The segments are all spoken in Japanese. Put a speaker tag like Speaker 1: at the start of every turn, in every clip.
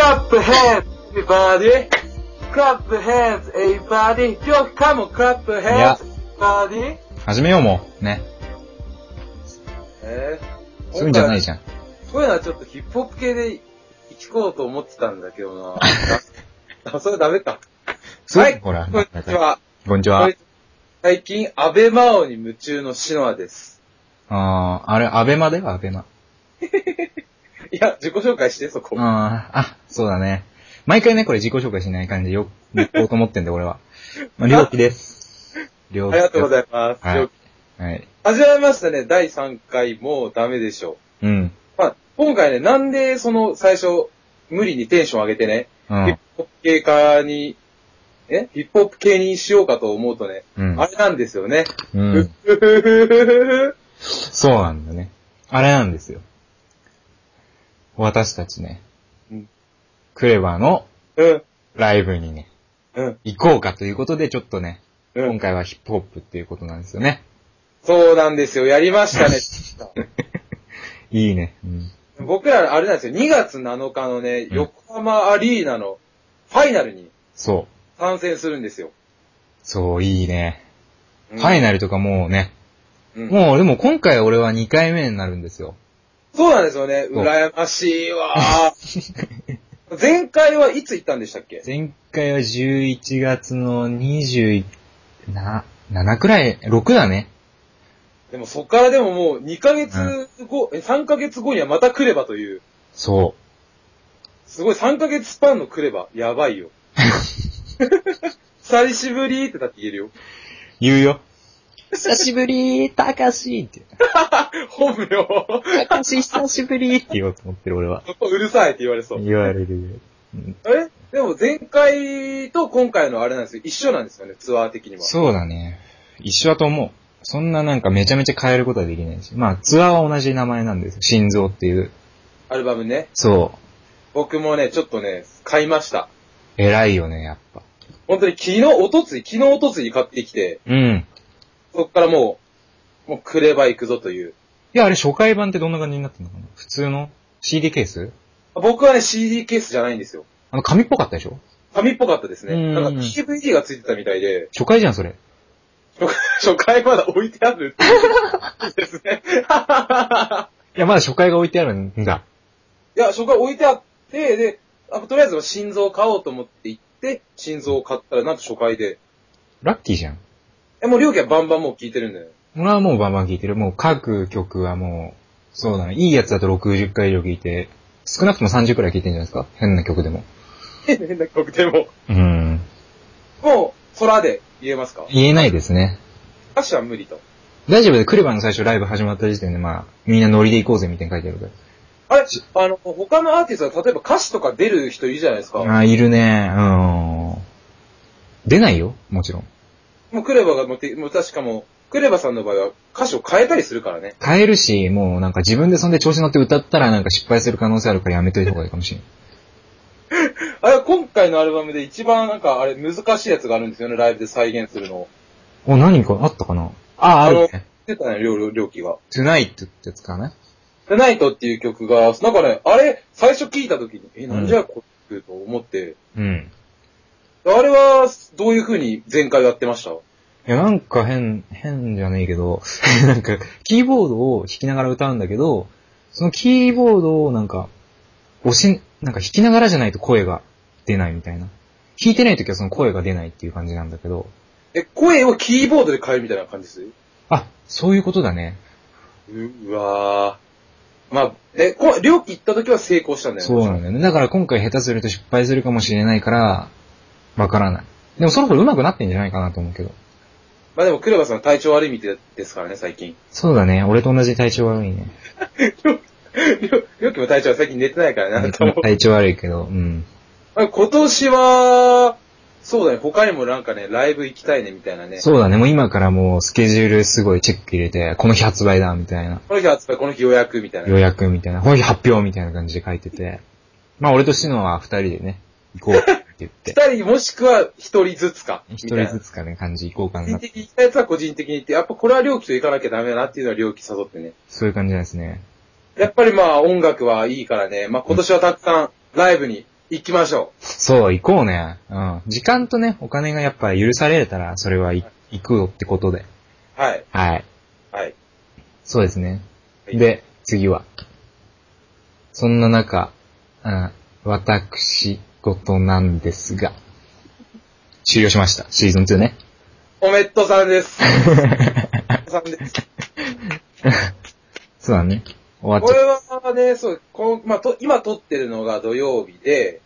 Speaker 1: hands, everybody. Clap your hands, everybody. Just come on, clap your hands, everybody.
Speaker 2: 始めようもう。ね。
Speaker 1: えー、
Speaker 2: そういうんじゃないじゃん。
Speaker 1: ん。こういうのはちょっとヒップホップ系で生きこうと思ってたんだけ どな。あ、それダメか。
Speaker 2: そう
Speaker 1: はい、
Speaker 2: ほら
Speaker 1: こんにちは。
Speaker 2: こんにちは。
Speaker 1: 最近、安倍真央に夢中のシノアです。
Speaker 2: あーあれ、アベマだよ、アベマ。
Speaker 1: いや、自己紹介して、そこ。
Speaker 2: あーあ、そうだね。毎回ね、これ自己紹介しない感じでよ、言おうと思ってんで、俺は。まあ、りょうきです。りょ
Speaker 1: ありがとうござ
Speaker 2: い
Speaker 1: います。
Speaker 2: はい
Speaker 1: は
Speaker 2: ます。はい。
Speaker 1: じめましたね、第3回、もうダメでしょ
Speaker 2: うん。
Speaker 1: う。まあ、今回ね、なんでその最初、無理にテンション上げてね、
Speaker 2: う
Speaker 1: ヒッ
Speaker 2: ん
Speaker 1: プ。ホップ系化に、えヒップホップ系にしようかと思うとね、
Speaker 2: うん
Speaker 1: あれなんですよね。
Speaker 2: う。
Speaker 1: うんふふふふふ
Speaker 2: そうなんだね。あれなんですよ。私たちね
Speaker 1: うん、
Speaker 2: クレバーの
Speaker 1: うん、
Speaker 2: ライブにね、
Speaker 1: うん、
Speaker 2: 行こうかということで、ちょっとね、
Speaker 1: う
Speaker 2: 今
Speaker 1: ん。
Speaker 2: 回はヒップホップっていうことなんですよね。
Speaker 1: そうなんですよ、やりましたね。
Speaker 2: いいね。うん。
Speaker 1: 僕ら、あれなんですよ、2月7日のね、
Speaker 2: うん
Speaker 1: 横浜アリーナのファイナルに
Speaker 2: そう。
Speaker 1: 参戦するんですよ。
Speaker 2: そう、いいね。ファイ
Speaker 1: ル、
Speaker 2: ナルとかもうね、
Speaker 1: うん
Speaker 2: もうでも今回俺は2回目になるんですよ。
Speaker 1: そうなんですよね。
Speaker 2: そう
Speaker 1: 羨ましいわ。 前回はいつ行ったんでしたっけ
Speaker 2: 前回は11月の27、7くらい、6だね。
Speaker 1: でもそっからでももう2ヶ月後、え3ヶ月後にはまた来ればという、
Speaker 2: そ
Speaker 1: すごい3ヶ月スパンの来れば、やばいよ。久しぶりってだって言えるよ。
Speaker 2: う。言うよ。久しぶりー、たかしって。
Speaker 1: 本名、
Speaker 2: たかし久しぶりーって言おうと思ってる俺は。
Speaker 1: うるさいって言われそう。
Speaker 2: 言われる。うん
Speaker 1: あれでも前回と今回のあれなんですよ。一緒なんですよね、ツアー的には。
Speaker 2: そうだね。一緒だと思う。そんななんかめちゃめちゃ変えることはできないし。まあツアーは同じ名前なんですよ。心臓っていう。
Speaker 1: アルバムね。
Speaker 2: そう。
Speaker 1: 僕もね、ちょっとね、買いました。
Speaker 2: 偉いよね、やっぱ。
Speaker 1: 本当に昨日、おとつい、昨日おとつい買ってきて、
Speaker 2: うん。
Speaker 1: そこからもう、もう来れば行くぞという。
Speaker 2: いや、あれ初回版ってどんな感じになってんのかな普通の CD ケース
Speaker 1: 僕はね、CD ケースじゃないんですよ。
Speaker 2: あの、紙っぽかったでしょ
Speaker 1: 紙っぽかったです
Speaker 2: うん
Speaker 1: ね。なんか DVD がついてたみたいで、
Speaker 2: 初回じゃん、それ。
Speaker 1: 初回まだ置いてあるですね。
Speaker 2: いや、まだ初回が置いてあるんだ。
Speaker 1: いや、初回置いてあって、で、あとりあえず心臓を買おうと思って行って、心臓を買ったらなんと初回で。
Speaker 2: ラッキーじゃん。
Speaker 1: え、もう料金はバンバンもう聞いてるんだよ。
Speaker 2: 俺はもうバンバン聴いてる。もう各曲はもう、そうだね。いいやつだと60回以上聴いて、少なくとも30くらい聴いてんじゃないですか変な曲でも。
Speaker 1: 変な曲でも。
Speaker 2: うん。
Speaker 1: もう、空で言えますか
Speaker 2: 言えないですね。
Speaker 1: 歌詞は無理と。
Speaker 2: 大丈夫で、クレバの最初ライブ始まった時点で、まあ、みんなノリで行こうぜみたいに書いてあるか
Speaker 1: あれあの、他のアーティストは例えば歌詞とか出る人いるじゃないですか。
Speaker 2: ら。あー、いるね。うん。出ないよ、もちろん。
Speaker 1: もうクレバがもうて、もう確かもう、クレバさんの場合は歌詞を変えたりするからね。
Speaker 2: 変えるし、もうなんか自分でそんで調子乗って歌ったらなんか失敗する可能性あるからやめといた方がいいかもしれん。
Speaker 1: あれ、今回のアルバムで一番なんかあれ難しいやつがあるんですよね、ライブで再現するの。
Speaker 2: お、何かあったかなあ、あるね。
Speaker 1: 出たね、料料料金が。
Speaker 2: tonight ってやつかな
Speaker 1: で、ナイトっていう曲が、なんかね、あれ、最初聞いた時に、え、なんじゃこれ、と思って、
Speaker 2: うん。
Speaker 1: あれは、どういう風に前回やってました
Speaker 2: いや、なんか変、変じゃねえけど、 なんか、キーボードを弾きながら歌うんだけど、そのキーボードをなんか、押し、なんか弾きながらじゃないと声が出ないみたいな。弾いてない時はその声が出ないっていう感じなんだけど、
Speaker 1: え、声をキーボードで変えるみたいな感じです
Speaker 2: あ、そういうことだね。
Speaker 1: ううわぁ。まあ、え、こ料金行った時は成功したんだよね。
Speaker 2: そうなんだよね。だから今回下手すると失敗するかもしれないから、わからない。でもそろそろ上手くなってんじゃないかなと思うけど。
Speaker 1: まあでも、クレバさん体調悪いみたいですからね、最近。
Speaker 2: そうだね。俺と同じ体調悪い ね。
Speaker 1: 料金も体調は最近寝てないからね、あなたも。
Speaker 2: 体調悪いけど、うん。
Speaker 1: あ今年は、そうだね、他にもなんかね、ライブ行きたいね、みたいなね。
Speaker 2: そうだね。もう今からもうスケジュールすごいチェック入れて、この日発売だ、みたいな。
Speaker 1: この日発売、この日予約、みたいなね。
Speaker 2: 予約みたいな。この日発表みたいな感じで書いてて。まあ俺とシノは二人でね、行こうって言っ て。
Speaker 1: 二人もしくは一人ずつか。
Speaker 2: 一
Speaker 1: みたい
Speaker 2: 人
Speaker 1: な
Speaker 2: ずつかね、感じ行こうか
Speaker 1: 個人
Speaker 2: な。
Speaker 1: 的に行ったやつは個人的に行って、やっぱこれは料金と行かなきゃダメだなっていうのは料金誘ってね。
Speaker 2: そういう感じなんですね。
Speaker 1: やっぱりまあ音楽はいいからね、まあ今年はたくさんライブに行きましょ
Speaker 2: そう、行こうね。うん。時間とね、お金がやっぱ許されたら、それはい行くよってことで。
Speaker 1: う。はい。
Speaker 2: はい。
Speaker 1: はい。
Speaker 2: そうですね。
Speaker 1: はい、
Speaker 2: で、次は。そんな中、うん、私事なんですが、終了しました。シーズン2ね。
Speaker 1: おめっとさん です。おめっとさんです。
Speaker 2: そうだね。終わっ
Speaker 1: こ
Speaker 2: ち
Speaker 1: れ
Speaker 2: ゃっ
Speaker 1: はね、そう、このまあ、と今撮ってるのが土曜日で、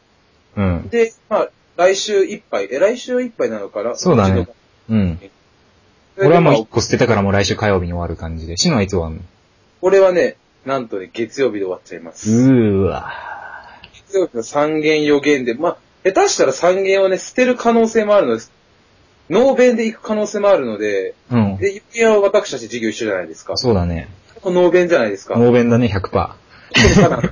Speaker 2: た。うん。
Speaker 1: で、まあ、来週いっぱい、え、来週いっぱいなのかな
Speaker 2: そうだね。うん。俺はもう
Speaker 1: で
Speaker 2: 1個捨てたからもう来週火曜日に終わる感じで。シノはいつ終わんの
Speaker 1: 俺はね、なんとね、月曜日で終わっちゃいます。
Speaker 2: うーわ
Speaker 1: 月曜日の三元予言で、まあ、下手したら三元をね、捨てる可能性もあるのです。ノーベンで行く可能性もあるので、
Speaker 2: うん。
Speaker 1: で、予言は私たち授業一緒じゃないですか。
Speaker 2: そうだね。
Speaker 1: ノーベンじゃないですか。
Speaker 2: ノーベンだね、100%。
Speaker 1: ただ、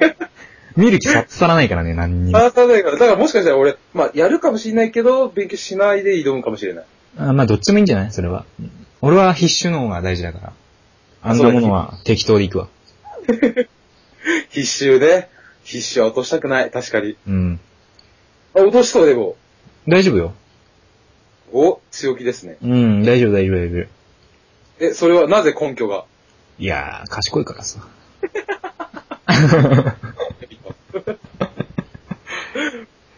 Speaker 2: 見る気さっさらないからね、何にも。
Speaker 1: あなただから、だからもしかしたら俺、まあ、やるかもしれないけど、勉強しないで挑むかもしれない。
Speaker 2: あまあ、どっちもいいんじゃないそれは。うん俺は必修の方が大事だから。あん
Speaker 1: そう
Speaker 2: な
Speaker 1: だね
Speaker 2: ものは適当でいくわ。
Speaker 1: 必修で、必修は落としたくない。確かに。
Speaker 2: うん。
Speaker 1: あ、落としそうでも。
Speaker 2: 大丈夫よ。
Speaker 1: お、強気ですね。
Speaker 2: うん、大丈夫、大丈夫、大丈夫。
Speaker 1: え、それはなぜ根拠が
Speaker 2: いやー、賢いからさ。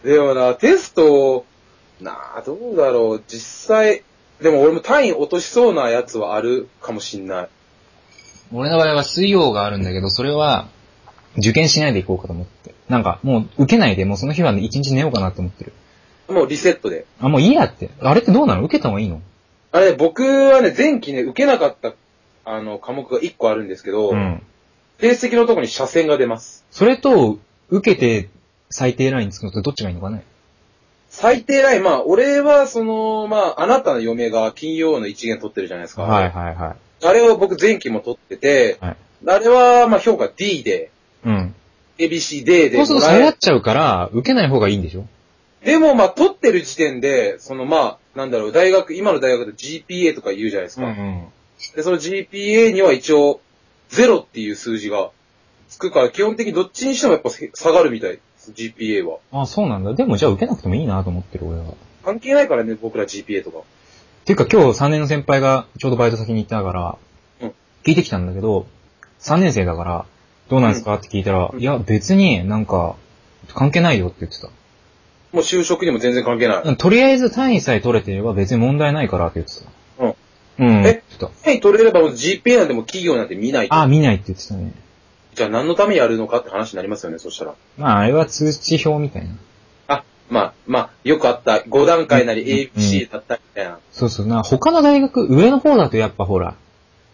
Speaker 1: でもな、テスト、なあ、どうだろう。実際、でも俺も単位落としそうなやつはあるかもしんない。
Speaker 2: 俺の場合は水曜があるんだけど、それは、受験しないでいこうかと思って。なんか、もう受けないで、もうその日は一日寝ようかなと思ってる。
Speaker 1: もうリセットで。
Speaker 2: あ、もういいやって。あれってどうなの受けた方がいいの
Speaker 1: あれ、僕はね、前期ね、受けなかった、あの、科目が1個あるんですけど、
Speaker 2: ん。
Speaker 1: 成績のとこに斜線が出ます。
Speaker 2: それと、受けて最低ラインつくのってどっちがいいのかね
Speaker 1: 最低ライン、まあ、俺は、その、まあ、あなたの嫁が金曜の一元取ってるじゃないですか。
Speaker 2: はいは
Speaker 1: あれを僕前期も取ってて、
Speaker 2: はい
Speaker 1: あれは、まあ、評価 D で、
Speaker 2: い。うん。
Speaker 1: ABC D で
Speaker 2: そうす
Speaker 1: も
Speaker 2: ると
Speaker 1: ら
Speaker 2: 下が
Speaker 1: え
Speaker 2: っちゃうから、受けない方がいいんでしょ
Speaker 1: でも、まあ、取ってる時点で、その、まあ、なんだろう、大学、今の大学で GPA とか言うじゃないですか。
Speaker 2: ん。
Speaker 1: で、その GPA には一応、0っていう数字がつくから、基本的にどっちにしてもやっぱせ下がるみたいです、GPA は。
Speaker 2: あ、そうなんだ。でもじゃあ受けなくてもいいなと思ってる俺は。
Speaker 1: 関係ないからね、僕ら GPA とか。
Speaker 2: ていうか今日3年の先輩がちょうどバイト先に行ったから、
Speaker 1: うん
Speaker 2: 聞いてきたんだけど、3年生だから、どうなんですかって聞いたら、
Speaker 1: うん
Speaker 2: いや別になんか、関係ないよって言ってた。
Speaker 1: もう就職にも全然関係ない。
Speaker 2: うんとりあえず単位さえ取れてれば別に問題ないからって言ってた。うん。う
Speaker 1: え
Speaker 2: ん。言ってた。
Speaker 1: 単位取れればもう GPA なんてもう企業なんて見ないと。
Speaker 2: あ、見ないって言ってたね。
Speaker 1: じゃあ何のためにやるのかって話になりますよね、そしたら。
Speaker 2: まああれは通知表みたいな。
Speaker 1: あ、まあ、まあ、よくあった、5段階なり
Speaker 2: うんうん
Speaker 1: ABC だったりみたいな。
Speaker 2: そうそう。な、他の大学、上の方だとやっぱほら、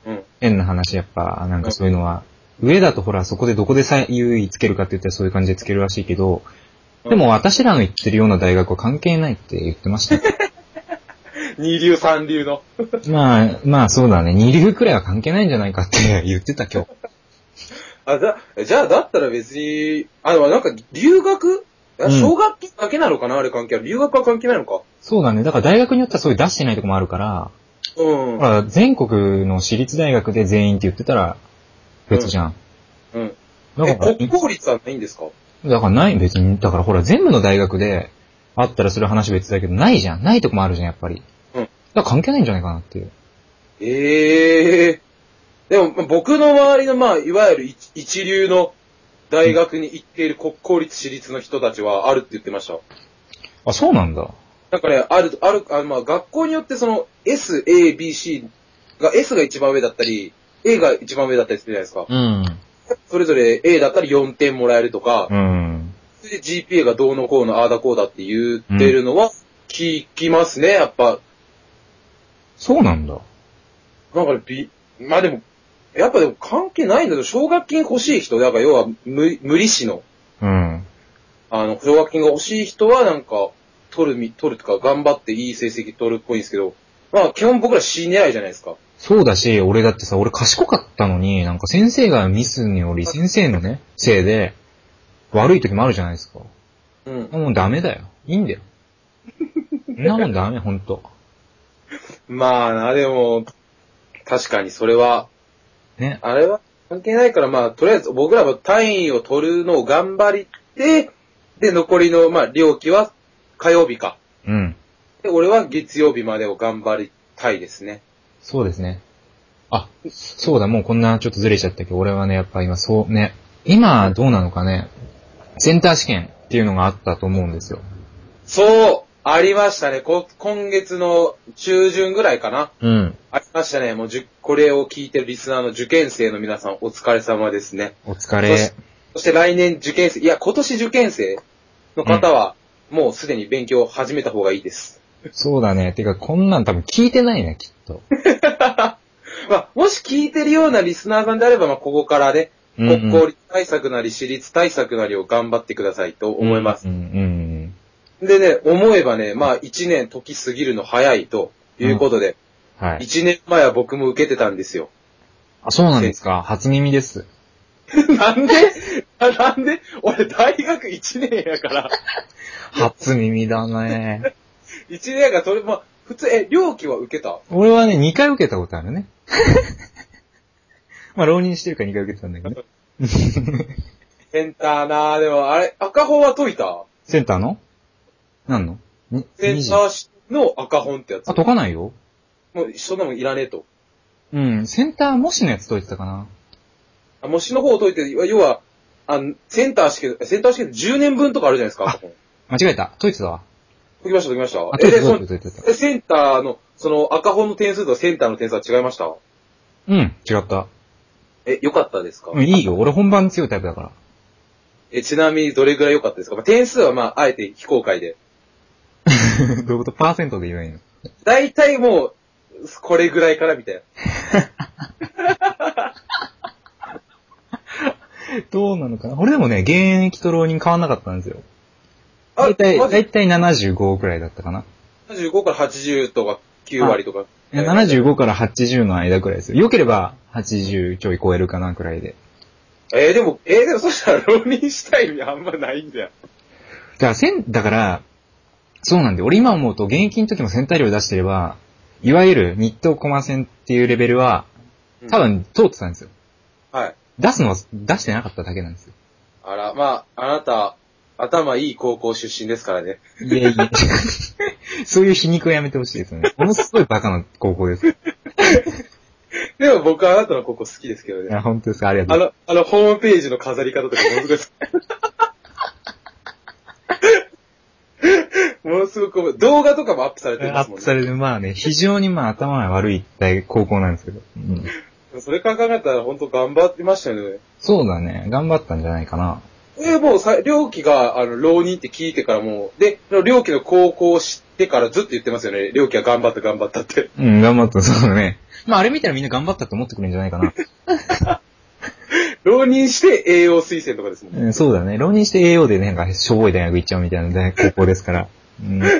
Speaker 1: うん。
Speaker 2: 変な話、やっぱ、なんかそういうのは、上だとほら、そこでどこでさ、優位つけるかって言ったらそういう感じでつけるらしいけど、でも私らの言ってるような大学は関係ないって言ってました。
Speaker 1: 二流三流の。
Speaker 2: まあ、まあそうだね。二流くらいは関係ないんじゃないかって言ってた今日。
Speaker 1: あ、だ、じゃあだったら別に、あ、でもなんか留学あ
Speaker 2: うん
Speaker 1: 奨学金だけなのかな、あれ関係ある。留学は関係ないのか。
Speaker 2: そうだね。だから大学によってはそういう出してないとこもあるから、
Speaker 1: うん。
Speaker 2: ほら、全国の私立大学で全員って言ってたら、別じゃん。
Speaker 1: うん。
Speaker 2: だ
Speaker 1: え、
Speaker 2: から、
Speaker 1: 国公立はないんですか
Speaker 2: だからない、別に。だからほら、全部の大学で、あったらそれは話別だけど、ないじゃん。ないとこもあるじゃん、やっぱり。
Speaker 1: うん
Speaker 2: だから関係ないんじゃないかなっていう。
Speaker 1: ええでも、まあ僕の周りの、まあ、いわゆる一一流の大学に行っている国公立私立の人たちはあるって言ってました。
Speaker 2: あ、そうなんだ。
Speaker 1: なんかね、ある、ある、あのまあ、学校によってその S、A、B、C が S が一番上だったり、A が一番上だったりするじゃないですか。
Speaker 2: うん。
Speaker 1: それぞれ A だったら4点もらえるとか、
Speaker 2: うん。
Speaker 1: それで GPA がどうのこうのああだこうだって言ってるのは聞きますね、やっぱ。
Speaker 2: そうなんだ。
Speaker 1: なんかね、び、まあでも、やっぱでも関係ないんだけど、奨学金欲しい人、だから要は無無利子の、
Speaker 2: うん。
Speaker 1: あの、奨学金が欲しい人はなんか、取るみ、取るとか頑張っていい成績取るっぽいんですけど、まあ基本僕ら C 狙いじゃないですか。
Speaker 2: そうだし、俺だってさ、俺賢かったのに、なんか先生がミスにより、先生のね、せいで、悪い時もあるじゃないですか。
Speaker 1: うん。
Speaker 2: もうダメだよ。いいんだよ。 そんなもんダメ、ほんと。
Speaker 1: まあな、でも、確かにそれは、
Speaker 2: ね。
Speaker 1: あれは関係ないから、まあとりあえず僕らは単位を取るのを頑張りって、で、残りの、まあ、料期は火曜日か。
Speaker 2: うん。
Speaker 1: で、俺は月曜日までを頑張りたいですね。
Speaker 2: そうですね。あ、そうだ、もうこんなちょっとずれちゃったけど、俺はね、やっぱ今そうね、今どうなのかね、センター試験っていうのがあったと思うんですよ。
Speaker 1: そうありましたね。こ今月の中旬ぐらいかな。
Speaker 2: うん。
Speaker 1: ありましたね。もうじゅ、これを聞いてるリスナーの受験生の皆さんお疲れ様ですね。
Speaker 2: お疲
Speaker 1: そ
Speaker 2: れ
Speaker 1: し。そして来年受験生、いや、今年受験生の方は、もうすでに勉強を始めた方がいいです。
Speaker 2: そうだね。てか、こんなん多分聞いてないね、きっと。
Speaker 1: まあ、もし聞いてるようなリスナーさんであれば、まあ、ここからね、
Speaker 2: うんうん
Speaker 1: 国公立対策なり、私立対策なりを頑張ってくださいと思います。
Speaker 2: うん、うん。
Speaker 1: でね、思えばね、まあ、1年時過ぎるの早いということで、
Speaker 2: はい。
Speaker 1: 1年前は僕も受けてたんですよ。
Speaker 2: あ、そうなんですか。初耳です。
Speaker 1: なんで あなんで俺大学1年やから。
Speaker 2: 初耳だね。
Speaker 1: 1年やから、それも、普通、え、料期は受けた
Speaker 2: 俺はね、2回受けたことあるね。 まあ、浪人してるから2回受けてたんだけどね。
Speaker 1: センターなぁ、でもあれ、赤本は解いた
Speaker 2: センターの何のに
Speaker 1: セン
Speaker 2: 二時
Speaker 1: ターの赤本ってやつ。
Speaker 2: あ、解かないよ。
Speaker 1: もう、そんなもんいらねえと。
Speaker 2: うん、センター模試のやつ解いてたかな。
Speaker 1: あ模試の方を解いて、要は、あのセンター試験、センター試験10年分とかあるじゃないですか、
Speaker 2: あ
Speaker 1: 赤本。
Speaker 2: 間違えた。解いてたわ。
Speaker 1: 解きました、解きました
Speaker 2: あ、。
Speaker 1: え、
Speaker 2: 解い
Speaker 1: で、
Speaker 2: てた、
Speaker 1: そ
Speaker 2: 解い
Speaker 1: の
Speaker 2: てた、解いてた。
Speaker 1: えセンターの、その赤本の点数とセンターの点数は違いました
Speaker 2: うん、違った。
Speaker 1: え、良かったですか、
Speaker 2: うん、いいよ。俺本番強いタイプだから。
Speaker 1: え、ちなみにどれぐらい良かったですか、まあ、点数はまあ、あえて非公開で。
Speaker 2: どういうことパーセントで言えばいいの
Speaker 1: 大体もう、これぐらいからみたいな。
Speaker 2: どうなのかな俺でもね、現役と浪人変わんなかったんですよ。
Speaker 1: あ、
Speaker 2: 大体、
Speaker 1: マジ
Speaker 2: 大体75くらいだったかな。
Speaker 1: 75から80とか9割とか。
Speaker 2: いや75から80の間くらいですよ。良ければ80ちょい超えるかなくらいで。
Speaker 1: えーでも、えーでもそしたら浪人したい意味あんまないんだよ。
Speaker 2: だから、せん、だから、そうなんで、俺今思うと現役の時もセンター料出してれば、いわゆる日東駒線っていうレベルは、多分通ってたんですよ。
Speaker 1: はい。
Speaker 2: 出すのは出してなかっただけなんですよ。
Speaker 1: あら、まあ、あなた、頭いい高校出身ですからね。
Speaker 2: いやいや。 そういう皮肉はやめてほしいですよね。ものすごいバカな高校です。い
Speaker 1: でも僕はあなたの高校好きですけどね。
Speaker 2: や、本当ですか。ありがと
Speaker 1: あ
Speaker 2: うござい
Speaker 1: の、あの、ホームページの飾り方とかものすごい 好き。ものすごく、動画とかもアップされて
Speaker 2: ま。
Speaker 1: ますす
Speaker 2: アッ
Speaker 1: もん
Speaker 2: プ
Speaker 1: ね。
Speaker 2: されて、まあね、非常にまあ頭が悪い大高校なんですけど。うん。
Speaker 1: それから考えたら本当頑張ってましたよね。
Speaker 2: そうだね。頑張ったんじゃないかな。
Speaker 1: え、もうさ、両機が、あの、浪人って聞いてからもう、で、両機の高校を知ってからずっと言ってますよね。両機は頑張った頑張ったって。
Speaker 2: うん、頑張った。そうだね。まああれ見たらみんな頑張ったって思ってくれるんじゃないかな。
Speaker 1: 浪人して栄養推薦とかですもん。
Speaker 2: うん、そうだね。浪人して栄養でなんか、しょぼい大学行っちゃうみたいな大高校ですから。 うん。
Speaker 1: ま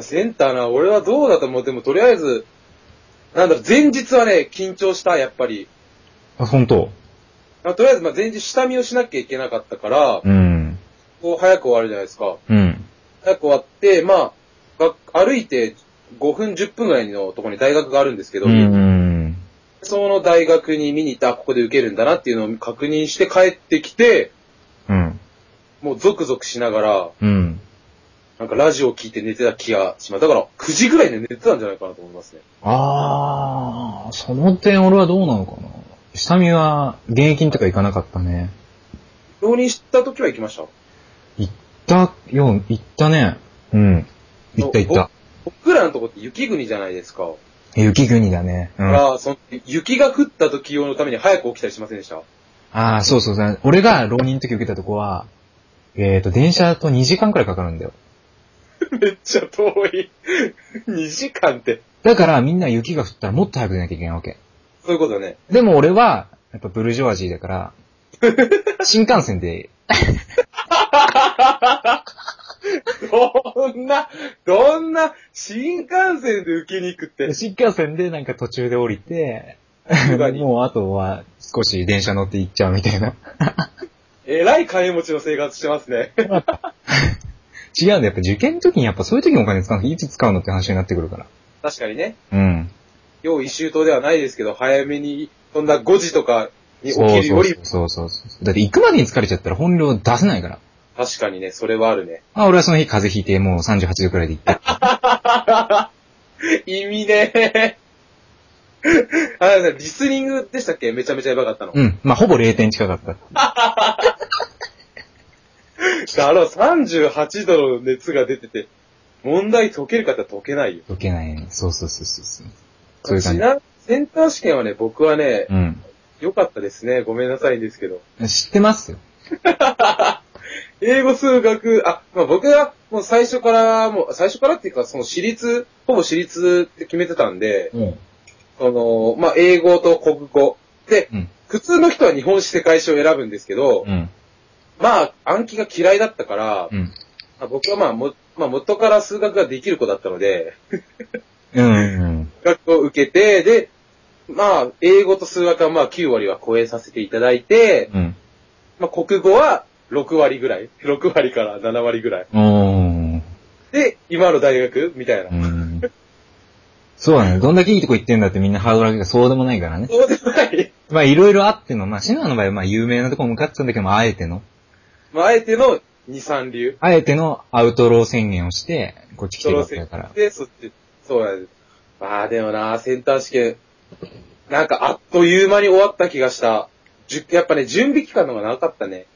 Speaker 1: あ、センターな、俺はどうだと思う。でも、とりあえず、なんだろう、前日はね、緊張した、やっぱり。
Speaker 2: あ、本当
Speaker 1: あとりあえず、まあ、前日下見をしなきゃいけなかったから、
Speaker 2: うん。
Speaker 1: こう、早く終わるじゃないですか。
Speaker 2: うん。
Speaker 1: 早く終わって、まあ、が歩いて5分、10分ぐらいのところに大学があるんですけど、
Speaker 2: うん。
Speaker 1: その大学に見に行った、あここで受けるんだなっていうのを確認して帰ってきて、
Speaker 2: うん。
Speaker 1: もうゾクゾクしながら、
Speaker 2: うん。
Speaker 1: なんかラジオ聞いて寝てた気がします。だから9時ぐらいで寝てたんじゃないかなと思いますね。
Speaker 2: あー、その点俺はどうなのかな。下見は現役の時は行かなかったね。
Speaker 1: 浪人した時は行きました。
Speaker 2: 行ったよう、行ったね。うん。行った行った。
Speaker 1: 僕らのとこって雪国じゃないですか。
Speaker 2: 雪国だね。う
Speaker 1: だ
Speaker 2: ん。
Speaker 1: から、その雪が降った時用のために早く起きたりしませんでした
Speaker 2: あー、そうそうそう。俺が浪人の時受けたとこは、えーと、電車と2時間くらいかかるんだよ。
Speaker 1: めっちゃ遠い。2時間って。
Speaker 2: だからみんな雪が降ったらもっと早く出なきゃいけないわけ。
Speaker 1: そういうことね。
Speaker 2: でも俺は、やっぱブルジョワジーだ から、新幹線で、
Speaker 1: どんな、どんな、新幹線で受けに行くって。
Speaker 2: 新幹線でなんか途中で降り て、
Speaker 1: さすがに
Speaker 2: もうあとは少し電車乗って行っちゃうみたいな。
Speaker 1: えらい金持ちの生活してますね。
Speaker 2: 違うんだよ。やっぱ受験の時にやっぱそういう時にお金使うのいつ使うのって話になってくるから。
Speaker 1: 確かにね。
Speaker 2: うん。
Speaker 1: 用意周到ではないですけど、早めに、そんな5時とかに起
Speaker 2: そう
Speaker 1: きる
Speaker 2: そ
Speaker 1: よ
Speaker 2: う
Speaker 1: り
Speaker 2: そうそうそう。だって行くまでに疲れちゃったら本領出せないから。
Speaker 1: 確かにね、それはあるね。
Speaker 2: まあ俺はその日風邪ひいてもう38度くらいで行って。
Speaker 1: 意味ねえ。あれね、リスニングでしたっけめちゃめちゃやばかったの。
Speaker 2: うん。まあほぼ0点近かった。
Speaker 1: だろ、38度の熱が出てて、問題解けるかって解けないよ。
Speaker 2: 解けないね。そうそうそうそうそう。そういう感
Speaker 1: ち
Speaker 2: じ。
Speaker 1: なセンター試験はね、僕はね、
Speaker 2: うん。
Speaker 1: 良かったですね。ごめんなさいんですけど。
Speaker 2: 知ってますよ。
Speaker 1: 英語、数学、あ、まあ、僕はもう最初から、もう最初からっていうか、その私立、ほぼ私立って決めてたんで、
Speaker 2: うん。
Speaker 1: その、まあ、英語と国語。で、
Speaker 2: うん
Speaker 1: 普通の人は日本史世界史を選ぶんですけど、
Speaker 2: うん。
Speaker 1: まあ、暗記が嫌いだったから、
Speaker 2: うん。
Speaker 1: まあ僕はまあ、も、まあ、元から数学ができる子だったので、
Speaker 2: うん。うん。
Speaker 1: 学校を受けて、で、まあ、英語と数学はまあ、9割は超えさせていただいて、
Speaker 2: うん。
Speaker 1: まあ、国語は6割ぐらい。6割から7割ぐらい。
Speaker 2: おー。
Speaker 1: で、今の大学みたいな。
Speaker 2: うん。そうだね。どんだけいいとこ行ってんだってみんなハードル上げがそうでもないからね。
Speaker 1: そうでもない。
Speaker 2: まあいろいろあっての、まあシノアの場合はまあ有名なとこ向かってたんだけども、あえての、
Speaker 1: まあ、あえての2、3流。
Speaker 2: あえてのアウトロー宣言をして、こっち来てるわけだから。
Speaker 1: で、そっち、そうや。まあでもな、センター試験、なんかあっという間に終わった気がした。じゅやっぱね、準備期間の方が長かったね。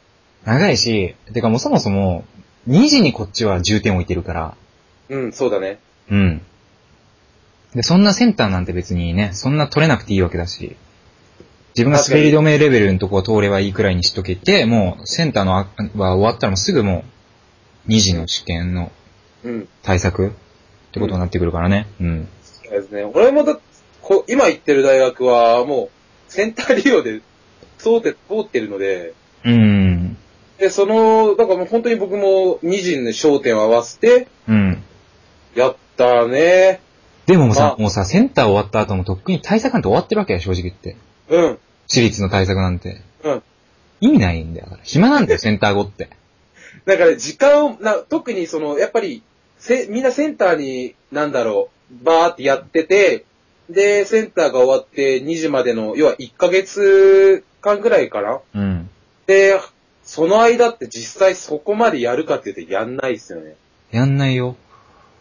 Speaker 2: 長いし、てかもうそもそも、2時にこっちは重点置いてるから、
Speaker 1: うん、そうだね。
Speaker 2: うん。で、そんなセンターなんて別にね、そんな取れなくていいわけだし、自分が滑り止めレベルのとこを通ればいいくらいにしとけて、もうセンターのあは終わったらもうすぐもう、2時の試験の
Speaker 1: うん。
Speaker 2: 対策ってことになってくるからね。うん。
Speaker 1: そうですね。俺もだこ今行ってる大学は、もう、センター利用で、そうて、通ってるので、
Speaker 2: うん。
Speaker 1: で、その、だからもう本当に僕も2時に焦点を合わせて、
Speaker 2: うん。
Speaker 1: やったね。
Speaker 2: でもさ
Speaker 1: ま、あ
Speaker 2: もうさ、センター終わった後もとっくに対策なんて終わってるわけや、正直言って。
Speaker 1: うん。
Speaker 2: 私立の対策なんて。
Speaker 1: うん。
Speaker 2: 意味ないんだよ。だから暇なん だよ、センター後って。
Speaker 1: だから時間を、な特にその、やっぱり、せ、みんなセンターに、なんだろう、バーってやってて、で、センターが終わって2時までの、要は1ヶ月間ぐらいかな。
Speaker 2: うん。
Speaker 1: で、その間って実際そこまでやるかって言ってやんないですよね。
Speaker 2: やんないよ。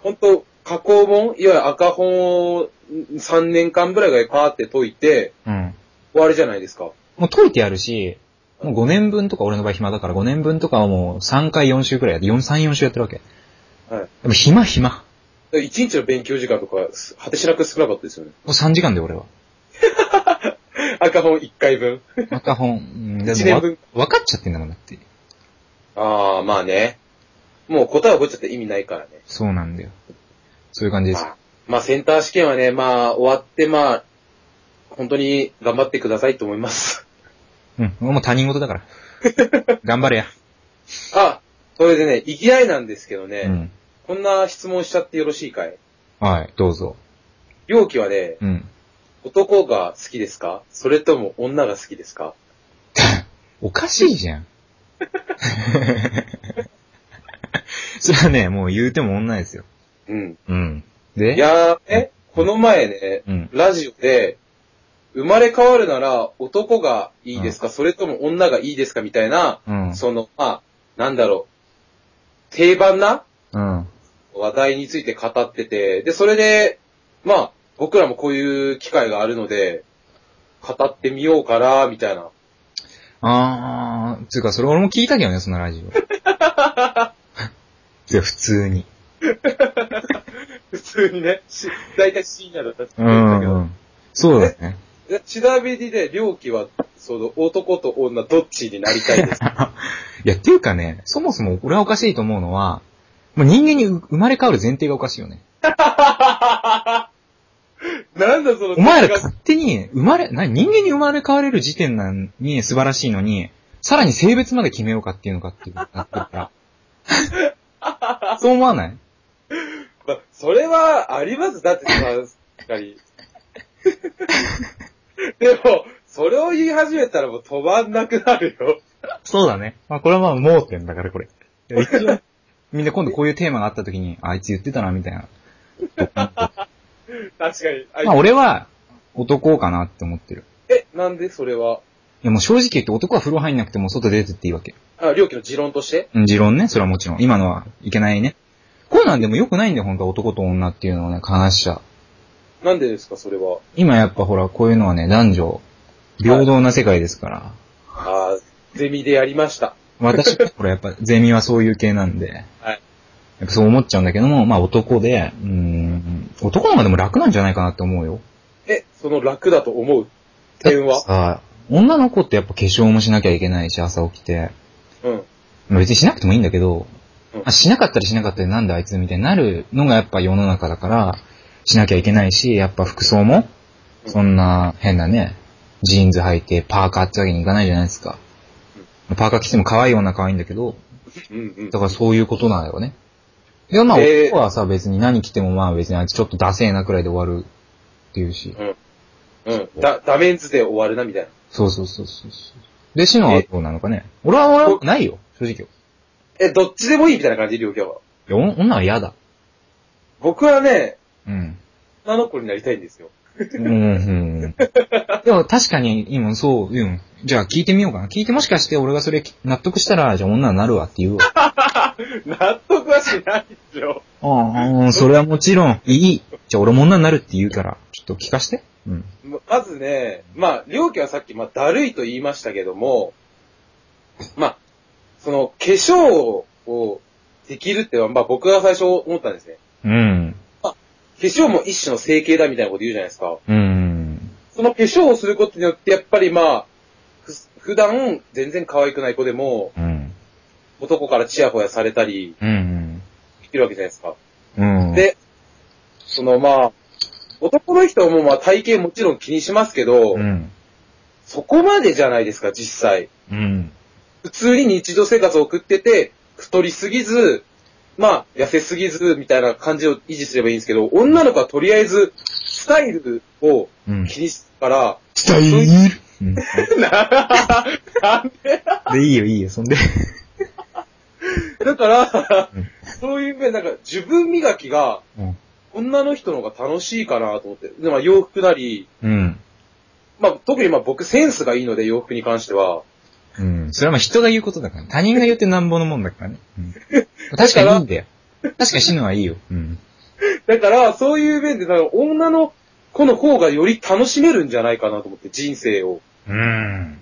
Speaker 1: ほんと、加工本、いわゆる赤本を3年間ぐらいがパーって解いて、
Speaker 2: うん。
Speaker 1: 終わりじゃないですか。
Speaker 2: もう解いてやるし、もう5年分とか、俺の場合暇だから5年分とかはもう3回4週くらいやって、4、3、4週やってるわけ。
Speaker 1: はい
Speaker 2: でも暇暇。も
Speaker 1: 1日の勉強時間とか、す果てしなく少なかったですよね。
Speaker 2: う3時間で俺は。
Speaker 1: 赤本1回分。
Speaker 2: 赤本、うん、
Speaker 1: 1
Speaker 2: でも
Speaker 1: 年
Speaker 2: わ
Speaker 1: 分。
Speaker 2: 分かっちゃってんだもんだって。
Speaker 1: ああ、まあね。もう答え覚えちゃって意味ないからね。
Speaker 2: そうなんだよ。そういう感じで。
Speaker 1: ますあ、まあセンター試験はね、まあ終わって、まあ、本当に頑張ってくださいと思い ます。
Speaker 2: うん。もう他人事 だから。頑張れや。
Speaker 1: あ、それでね、いきなりなんですけどね、
Speaker 2: うん。
Speaker 1: こんな質問しちゃってよろしいかい
Speaker 2: はい、どうぞ。
Speaker 1: 容器はね、
Speaker 2: うん。
Speaker 1: 男が好きですかそれとも女が好きですか
Speaker 2: おかしい じゃん。それはね、もう言うても女ですよ。
Speaker 1: うん。
Speaker 2: うん。
Speaker 1: い
Speaker 2: で
Speaker 1: やー、え、この前ね、
Speaker 2: うん。
Speaker 1: ラジオで、生まれ変わるなら男がいいですか、それとも女がいいですかみたいな、
Speaker 2: うん。
Speaker 1: その、まあ、なんだろう、定番な
Speaker 2: うん。
Speaker 1: 話題について語ってて、で、それで、まあ、僕らもこういう機会があるので、語ってみようかな、みたいな。
Speaker 2: あー、つうかそれ俺も聞いたけどね、その ラジオ。いや、普通に。
Speaker 1: 普通にね、しだいたい深夜だったって
Speaker 2: う
Speaker 1: 言ってたけ
Speaker 2: ん、う
Speaker 1: ど。
Speaker 2: ん。そうだね。
Speaker 1: でちなみにね、両機は、その、男と女どっちになりたいです か
Speaker 2: いや、っていうかね、そもそも俺はおかしいと思うのは、もう人間にう生まれ変わる前提がおかしいよね。
Speaker 1: なんだその、
Speaker 2: お前ら
Speaker 1: が
Speaker 2: 勝手に生まれ、な、人間に生まれ変われる時点なのに素晴らしいのに、さらに性別まで決めようかっていうのかっていうことになってる から。そう思わない
Speaker 1: まあ、それはあります。だってさ、確か に。でも、それを言い始めたらもう止まんなくなるよ。
Speaker 2: そうだね。まあこれはまあ盲点だからこれ。いや一応、みんな今度こういうテーマがあった時に、あいつ言ってたなみたい な。
Speaker 1: 確かに。あいつ
Speaker 2: まあ俺は、男かなって思ってる。
Speaker 1: え、なんでそれは。
Speaker 2: やもう正直言って男は風呂入んなくても外出てっていいわけ。
Speaker 1: あ、両家の持論として
Speaker 2: うん、持論ね、それはもちろん。今のはいけないね。こうなんでも良くないんだよ、本当は男と女っていうのはね、話しちゃう。
Speaker 1: なんでですか、それは。
Speaker 2: 今やっぱほら、こういうのはね、男女、平等な世界ですから。
Speaker 1: あーゼミでやりました。
Speaker 2: 私はほら、やっぱゼミはそういう系なんで。
Speaker 1: はい
Speaker 2: やっぱそう思っちゃうんだけども、まあ男で、うーん、男の方がでも楽なんじゃないかなって思うよ。
Speaker 1: え、その楽だと思う点は
Speaker 2: さあ、女の子ってやっぱ化粧もしなきゃいけないし、朝起きて。
Speaker 1: うん。
Speaker 2: まあ別にしなくてもいいんだけど
Speaker 1: うん、
Speaker 2: あしなかったりしなかったりなんであいつみたいになるのがやっぱ世の中だから、しなきゃいけないし、やっぱ服装も、
Speaker 1: うん
Speaker 2: そんな変なね、ジーンズ履いてパーカーってわけにいかないじゃないですか。パーカー着ても可愛い女は可愛いんだけど、
Speaker 1: うんうん
Speaker 2: だ。からそういうことなんだよね。でもまあ
Speaker 1: えー
Speaker 2: 男はさ別に何着てもまあ別にあいつちょっとダセーなくらいで終わるっていうし。
Speaker 1: うん。だ、ダメンズで終わるな、みたいな。
Speaker 2: そうそうそうそうそう。で、シノはどうなのかね。俺は俺はないよ、正直。い
Speaker 1: え、どっちでもいいみたいな感じ、両家は。
Speaker 2: や、お女は嫌だ。
Speaker 1: 僕はね、
Speaker 2: うん。
Speaker 1: 女の子になりたいんですよ。
Speaker 2: うん、うん。でも確かに、今そう、うん。じゃあ聞いてみようかな。聞いてもしかして俺がそれ納得したら、じゃあ女になるわって言うわ。
Speaker 1: 納得はしないですよ。
Speaker 2: ああ、それはもちろん、いい。じゃあ俺も女になるって言うから、ちょっと聞かして。うん。
Speaker 1: ままずね、まあ、両家はさっき、まあ、だるいと言いましたけども、まあ、その、化粧をできるってのは、まあ、僕が最初思ったんですね。
Speaker 2: うん。
Speaker 1: 化粧も一種の整形だみたいなこと言うじゃないですか。
Speaker 2: うん。
Speaker 1: その化粧をすることによって、やっぱりまあ、ふ普段全然可愛くない子でも、
Speaker 2: うん。
Speaker 1: 男からチヤホヤされたり、
Speaker 2: うん。
Speaker 1: できるわけじゃないですか。
Speaker 2: うん。
Speaker 1: で、そのまあ、男の人もまあ体型もちろん気にしますけど、
Speaker 2: うん。
Speaker 1: そこまでじゃないですか、実際。
Speaker 2: うん。
Speaker 1: 普通に日常生活を送ってて、太りすぎず、まあ、痩せすぎず、みたいな感じを維持すればいいんですけど、女の子はとりあえず、スタイルを
Speaker 2: うん。
Speaker 1: 気にするから、
Speaker 2: スタイ ル、うん、
Speaker 1: ななんで
Speaker 2: で、いいよ、いいよ、そんで。
Speaker 1: だから
Speaker 2: うん、
Speaker 1: そういう面、なんか、自分磨きが
Speaker 2: うん、
Speaker 1: 女の人の方が楽しいかなと思って。でまあ、洋服なり、
Speaker 2: うん。
Speaker 1: まあ、特にまあ僕センスがいいので、洋服に関しては。
Speaker 2: うん。それはまあ人が言うことだから、ね、他人が言ってなんぼのもんだからね。うん、確かにいいんだよ。確かに死ぬはいいよ。うん。
Speaker 1: だから、そういう面で、なんか女の子の方がより楽しめるんじゃないかなと思って、人生を。
Speaker 2: うん。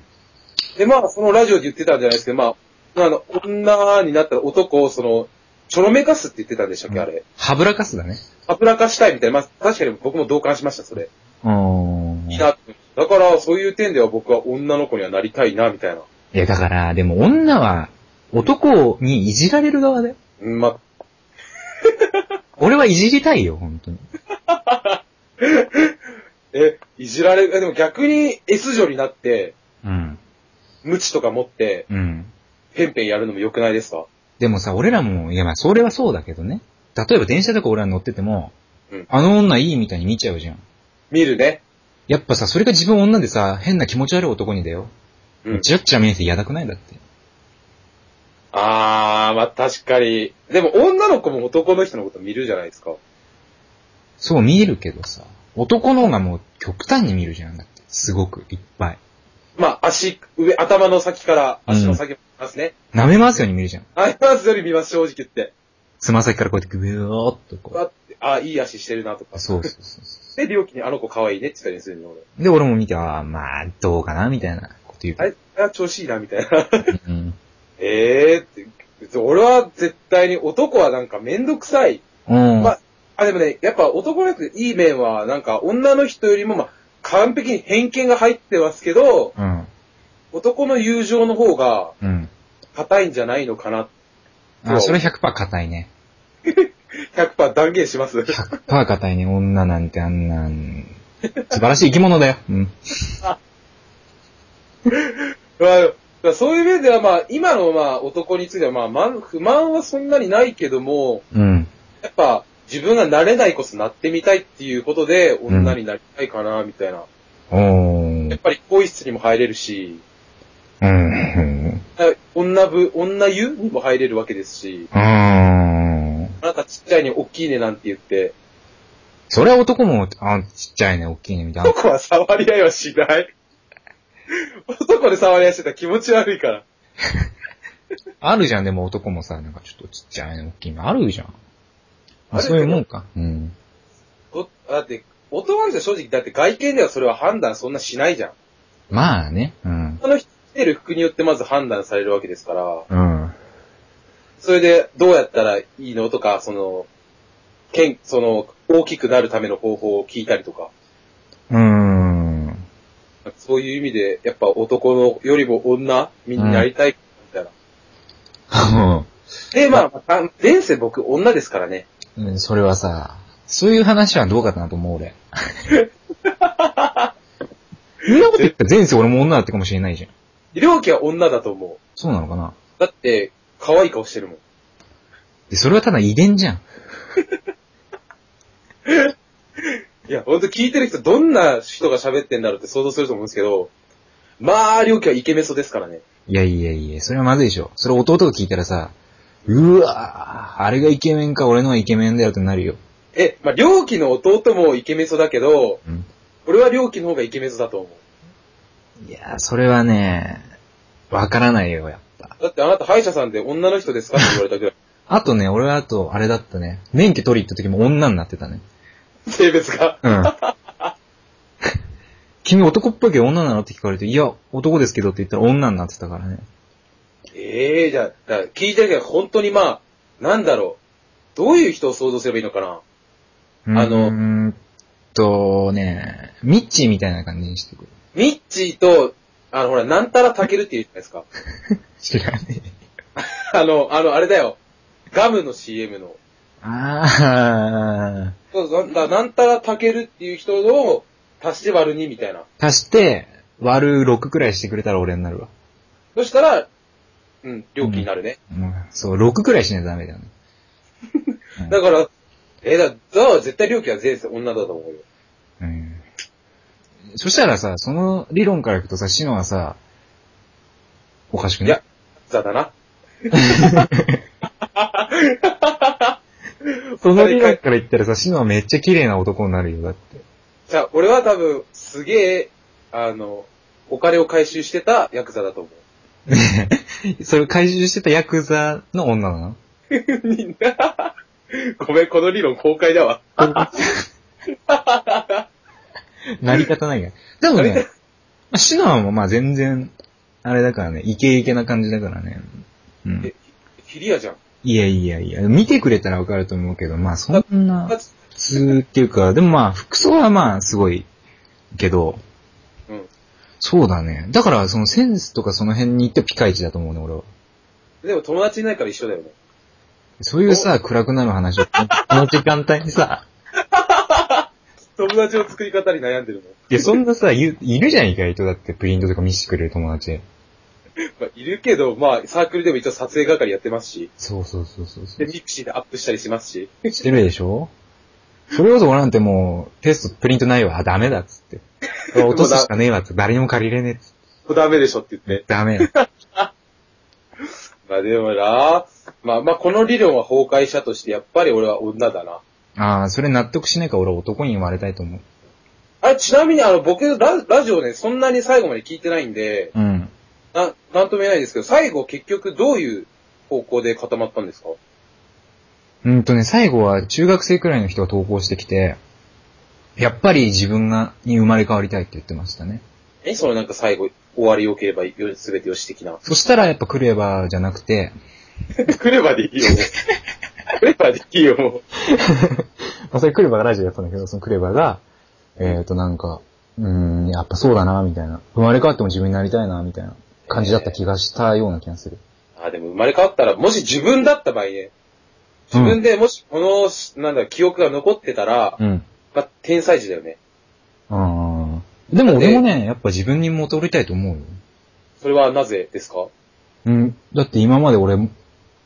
Speaker 1: で、まあ、そのラジオで言ってたんじゃないですけど、まあ、あの、女になったら男を、その、ちょろめかすって言ってたんでしたっけ、
Speaker 2: うん
Speaker 1: あれ。
Speaker 2: はぶらかすだね。
Speaker 1: あぶらかしたいみたいな。まあ、確かに僕も同感しました、それ。
Speaker 2: うん。
Speaker 1: いい
Speaker 2: い
Speaker 1: なってだから、そういう点では僕は女の子にはなりたいな、みたいな。
Speaker 2: や、だから、でも女は男にいじられる側だよ。
Speaker 1: うん、まあ、
Speaker 2: 俺はいじりたいよ、本当に。
Speaker 1: え、いじられる、えでも逆に S 女になって、
Speaker 2: うん。
Speaker 1: 無知とか持って、
Speaker 2: うん。
Speaker 1: ペンペンやるのも良くないですか
Speaker 2: でもさ、俺らも、いやまあ、それはそうだけどね。例えば電車とか俺ら乗ってても、
Speaker 1: うん
Speaker 2: あの女いいみたいに見ちゃうじゃん。
Speaker 1: 見るね。
Speaker 2: やっぱさ、それが自分女でさ、変な気持ち悪い男にだよ。
Speaker 1: うん。
Speaker 2: ちらっちゃ見えて嫌だくないだって。
Speaker 1: あー、まあ確かに。でも女の子も男の人のこと見るじゃないですか。
Speaker 2: そう見えるけどさ、男の方がもう極端に見るじゃん。だって、すごくいっぱい。
Speaker 1: まあ足、上、頭の先から足の先まで見ますね。
Speaker 2: 舐め回すように見るじゃん。
Speaker 1: アイマスより見ます、正直言って。
Speaker 2: つま先からこうやってぐーっとこ
Speaker 1: わって、あ、いい足してるなとか
Speaker 2: う。。そうそうそうそ
Speaker 1: で、料金にあの子可愛いねって言ったりするの俺。
Speaker 2: う。で、俺も見て、ああ、まあ、どうかな、みたいなこと言う
Speaker 1: あ
Speaker 2: け
Speaker 1: れ、あ調子いいな、みたいな。
Speaker 2: ど。うん。
Speaker 1: ええーって。別に俺は絶対に男はなんかめんどくさい。
Speaker 2: うん。
Speaker 1: まああ、でもね、やっぱ男のやついい面はなんか女の人よりもまあ完璧に偏見が入ってますけど、
Speaker 2: うん。
Speaker 1: 男の友情の方が
Speaker 2: うん。
Speaker 1: 硬いんじゃないのかな。
Speaker 2: あーそれ100%硬いね。
Speaker 1: 100%断言します。
Speaker 2: 100%硬いね。女なんてあんなん、素晴らしい生き物だよ。うん。
Speaker 1: まあ、だからそういう面ではまあ、今のまあ男についてはまあ、まん不満はそんなにないけども、
Speaker 2: うん。
Speaker 1: やっぱ、自分が慣れないこそなってみたいっていうことで、女になりたいかな、みたいな。
Speaker 2: お
Speaker 1: やっ
Speaker 2: ー。
Speaker 1: ぱり、更衣室にも入れるし、
Speaker 2: うん。
Speaker 1: 女部、女湯にも入れるわけですし、
Speaker 2: うん。
Speaker 1: あなたちっちゃいに大きいねなんて言って、
Speaker 2: それは男も、あ、ちっちゃいね、大きいね、みたいな。
Speaker 1: 男は触り合いはしない。 男で触り合してたら気持ち悪いから。
Speaker 2: あるじゃん、でも男もさ、なんかちょっとちっちゃいの、大きいの。あるじゃん。
Speaker 1: あ
Speaker 2: まあ、
Speaker 1: るけど
Speaker 2: そういうもんか。うん。
Speaker 1: ごだって、男の人は正直、だって外見ではそれは判断そんなしないじゃん。
Speaker 2: まあね。うん。
Speaker 1: その人着てる服によってまず判断されるわけですから、
Speaker 2: うん。
Speaker 1: それでどうやったらいいのとか、その、けん、その、大きくなるための方法を聞いたりとか、
Speaker 2: うーん。
Speaker 1: そういう意味で、やっぱ男のよりも女になりたい、みたいな。で、まあ、あ前世僕女ですからね。
Speaker 2: うんそれはさ、そういう話はどうかなと思う、俺。そんなこと言ったら前世俺も女だったかもしれないじゃん。
Speaker 1: 医療機は女だと思う。
Speaker 2: そうなのかな
Speaker 1: だって、可愛い顔してるもん。
Speaker 2: で、それはただ遺伝じゃん。
Speaker 1: いや、ほんと聞いてる人、どんな人が喋ってんだろうって想像すると思うんですけど、まあ、りょうきはイケメソですからね。
Speaker 2: いやいやいや、それはまずいでしょ。それ弟が聞いたらさ、うわぁ、あれがイケメンか俺のはイケメンだよってなるよ。
Speaker 1: え、まあ、りょうきの弟もイケメソだけど、
Speaker 2: うん
Speaker 1: 俺はりょうきの方がイケメソだと思う。
Speaker 2: いやーそれはね、わからないよ、やっぱ。
Speaker 1: だってあなた歯医者さんで女の人ですかって言われたぐらい。
Speaker 2: あとね、俺はあと、あれだったね。免許取り行った時も女になってたね。
Speaker 1: 性別が。
Speaker 2: うん。 君男っぽいけど女なのって聞かれて、いや、男ですけどって言ったら女になってたからね。
Speaker 1: ええじゃあ、だから聞いてるけど、本当にまあ、なんだろう。どういう人を想像すればいいのかなあの
Speaker 2: うーんとね、ミッチーみたいな感じにしてくる。
Speaker 1: ミッチーと、あの、ほら、なんたらたけるって言うじゃないですか。
Speaker 2: 知らねえ。
Speaker 1: あの、あの、あれだよ。ガムの CM の。
Speaker 2: あ
Speaker 1: そうそう、だなんたらたけるっていう人を足して割る2みたいな。
Speaker 2: ー。足して、割る6くらいしてくれたら俺になるわ。
Speaker 1: そしたら、うん、料金になるね。
Speaker 2: うん、そう、6くらいしないとダメだよね。うん
Speaker 1: だから、えだ、だから絶対料金は前世女だと思うよ。
Speaker 2: うんそしたらさ、その理論からいくとさ、シノはさ、おかしく
Speaker 1: い
Speaker 2: ね
Speaker 1: や、ザだな。
Speaker 2: その理論から言ったらさ、シノはめっちゃ綺麗な男になるよ、だって。
Speaker 1: じゃあ、俺は多分、すげえ、あの、お金を回収してたヤクザだと思う。
Speaker 2: ねえそれ回収してたヤクザの女なの
Speaker 1: みんな、ごめん、この理論公開だわ。
Speaker 2: なり方ないから。でもね、まあシノはもうまあ全然、あれだからね、イケイケな感じだからね。うん
Speaker 1: え。ヒリアじゃん。
Speaker 2: いやいやいや、見てくれたらわかると思うけど、まあそんな、普通っていうか、でもまあ服装はまあすごいけど、
Speaker 1: うん。
Speaker 2: そうだね。だから、そのセンスとかその辺に行ってピカイチだと思うね、俺は。
Speaker 1: でも友達いないから一緒だよね。
Speaker 2: そういうさ、暗くなる話を、この時間帯にさ、
Speaker 1: 友達の作り方に悩んでる
Speaker 2: いや、そんなさ、いいるじゃん、意外と。だって、プリントとか見せてくれる友達。
Speaker 1: の。まあ、いるけど、まあ、サークルでも一応撮影係やってますし、
Speaker 2: そうそうそうそうそ
Speaker 1: で、
Speaker 2: う。
Speaker 1: ミクシーでアップしたりしますし、
Speaker 2: してるでしょそれこそ俺なんてもう、テストプリントないわ、あダメだっつ って。落とすしかねえわっつって、誰にも借りれねえっつっ
Speaker 1: これダメでしょって言って
Speaker 2: て。。ダメよ。
Speaker 1: まあでもな、まあまあこの理論は崩壊したとして、やっぱり俺は女だな。
Speaker 2: ああ、それ納得しないから俺男に言われたいと思う。
Speaker 1: あれ、ちなみにあの、僕ラ、ラジオね、そんなに最後まで聞いてないんで、
Speaker 2: うん。
Speaker 1: な、なんとも言えないですけど、最後結局どういう方向で固まったんですか
Speaker 2: うんとね、最後は中学生くらいの人が投稿してきて、やっぱり自分が、に生まれ変わりたいって言ってましたね。
Speaker 1: え、そのなんか最後、終わり良ければよ、すべてよし 的な。
Speaker 2: そしたらやっぱクレバーじゃなくて、
Speaker 1: クレバでいいよ、 もう。クレバでいいよ、もう。
Speaker 2: まあそれクレバーがラジオやったんだけど、そのクレバーが、えっ、ー、となんか、うーん、やっぱそうだな、みたいな。生まれ変わっても自分になりたいな、みたいな感じだった気がしたような気がする。
Speaker 1: あ、でも生まれ変わったら、もし自分だった場合ね、自分でもしこの、なんだ、記憶が残ってたら、
Speaker 2: うん。
Speaker 1: まあ、天才児だよね。
Speaker 2: うん。でも俺もね、やっぱ自分に戻りたいと思うよ。
Speaker 1: それはなぜですか
Speaker 2: うん。だって今まで俺、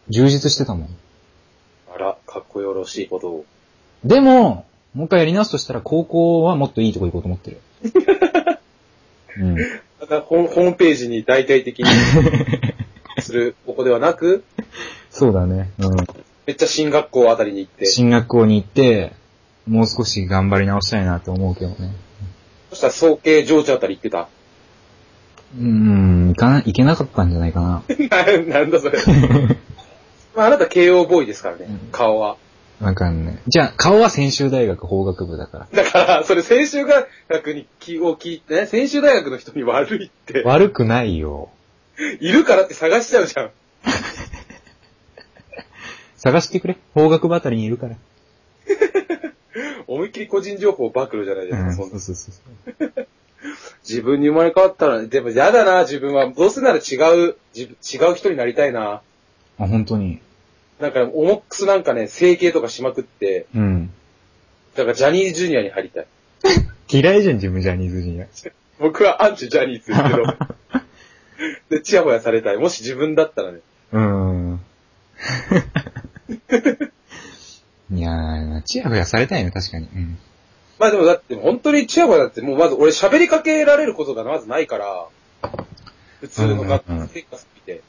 Speaker 2: 充実してたもん。
Speaker 1: あら、かっこよろしいことを。
Speaker 2: でも、もう一回やり直すとしたら高校はもっといいとこ行こうと思ってる。うん。
Speaker 1: だからホームホームページに大体 的にする、ここではなく、
Speaker 2: そうだね。うん。
Speaker 1: めっちゃ進学校あたりに行って、そ
Speaker 2: 進学校に行って、もう少し頑張り直したいなって思うけどね。
Speaker 1: したら総計上智あたり行ってた。
Speaker 2: うん、いかな、いけなかったんじゃないかな。
Speaker 1: ななんだそ れ。まあ、あなた慶応ボーイですからね、
Speaker 2: うん
Speaker 1: 顔は。
Speaker 2: わかんない。じゃあ、顔は専修大学法学部だから。
Speaker 1: だから、それ、専修大学に気を聞いて、ね、専修大学の人に悪いって、
Speaker 2: 悪くないよ。
Speaker 1: いるからって探しちゃうじゃん。
Speaker 2: 探してくれ。法学部あたりにいるから。
Speaker 1: 思いっきり個人情報暴露じゃないです
Speaker 2: う
Speaker 1: か、
Speaker 2: ん、
Speaker 1: そ
Speaker 2: そ
Speaker 1: ん
Speaker 2: う
Speaker 1: な
Speaker 2: そうそうそう。
Speaker 1: 自分に生まれ変わったら、でも嫌だな、自分は。どうせなら違う、自違う人になりたいな。
Speaker 2: あ、本当に。
Speaker 1: なんか、オモックスなんかね、整形とかしまくって、
Speaker 2: うん。
Speaker 1: だからジャニーズジュニアに入りたい。
Speaker 2: 嫌いじゃん、自分ジャニーズジュニア。
Speaker 1: 僕はアンチジャニーズですけど。 で、チヤホヤされたい。もし自分だったらね。
Speaker 2: うー ん。いやー、チヤホヤされたいね、確かに。うん。
Speaker 1: まあでもだって、本当にチヤホヤだって、もうまず俺喋りかけられることがまずないから、普通の学生活見て。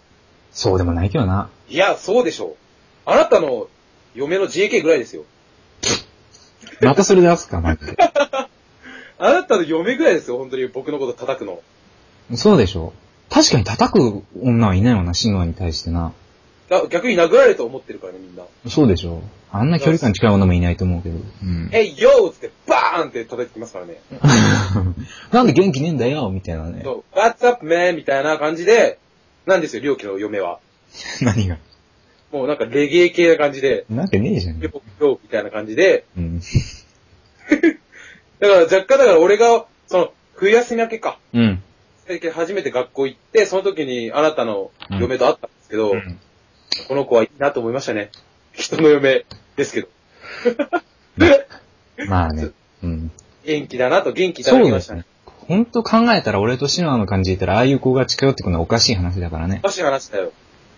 Speaker 2: そうでもないけどな。
Speaker 1: いや、そうでしょう。あなたの嫁の JK ぐらいですよ。
Speaker 2: またそれ出すか、マジで。
Speaker 1: あなたの嫁ぐらいですよ、本当に僕のこと叩くの。
Speaker 2: そうでしょ。確かに叩く女はいないもんな、シノアに対してな。
Speaker 1: だ逆に殴られると思ってるからね、みんな。
Speaker 2: そうでしょ。あんな距離感近い女もいないと思うけど。うん。
Speaker 1: えいよーっつって、バーンって叩いてきますからね。
Speaker 2: なんで元気ねえんだよ、みたいなね。
Speaker 1: そう、What's up, man? みたいな感じで、なんですよ、りょうきの嫁は。
Speaker 2: 何が。
Speaker 1: もうなんかレゲエ系な感じで、
Speaker 2: なわけねえじゃん
Speaker 1: り。ょう、りょうみたいな感じで、
Speaker 2: うん。
Speaker 1: だから若干だから俺が、その、冬休み明けか。
Speaker 2: うん。
Speaker 1: 最近初めて学校行って、その時にあなたの嫁と会ったんですけど、
Speaker 2: うん
Speaker 1: この子はいいなと思いましたね。人の嫁ですけど。
Speaker 2: まあね。うん。
Speaker 1: 元気だなと元気いただ
Speaker 2: そう
Speaker 1: き
Speaker 2: で
Speaker 1: まし
Speaker 2: す
Speaker 1: たね
Speaker 2: ね。。ほんと考えたら俺とシノアの感じで言ったら、ああいう子が近寄ってくるのはおかしい話だからね
Speaker 1: お。かしい話だよ。
Speaker 2: う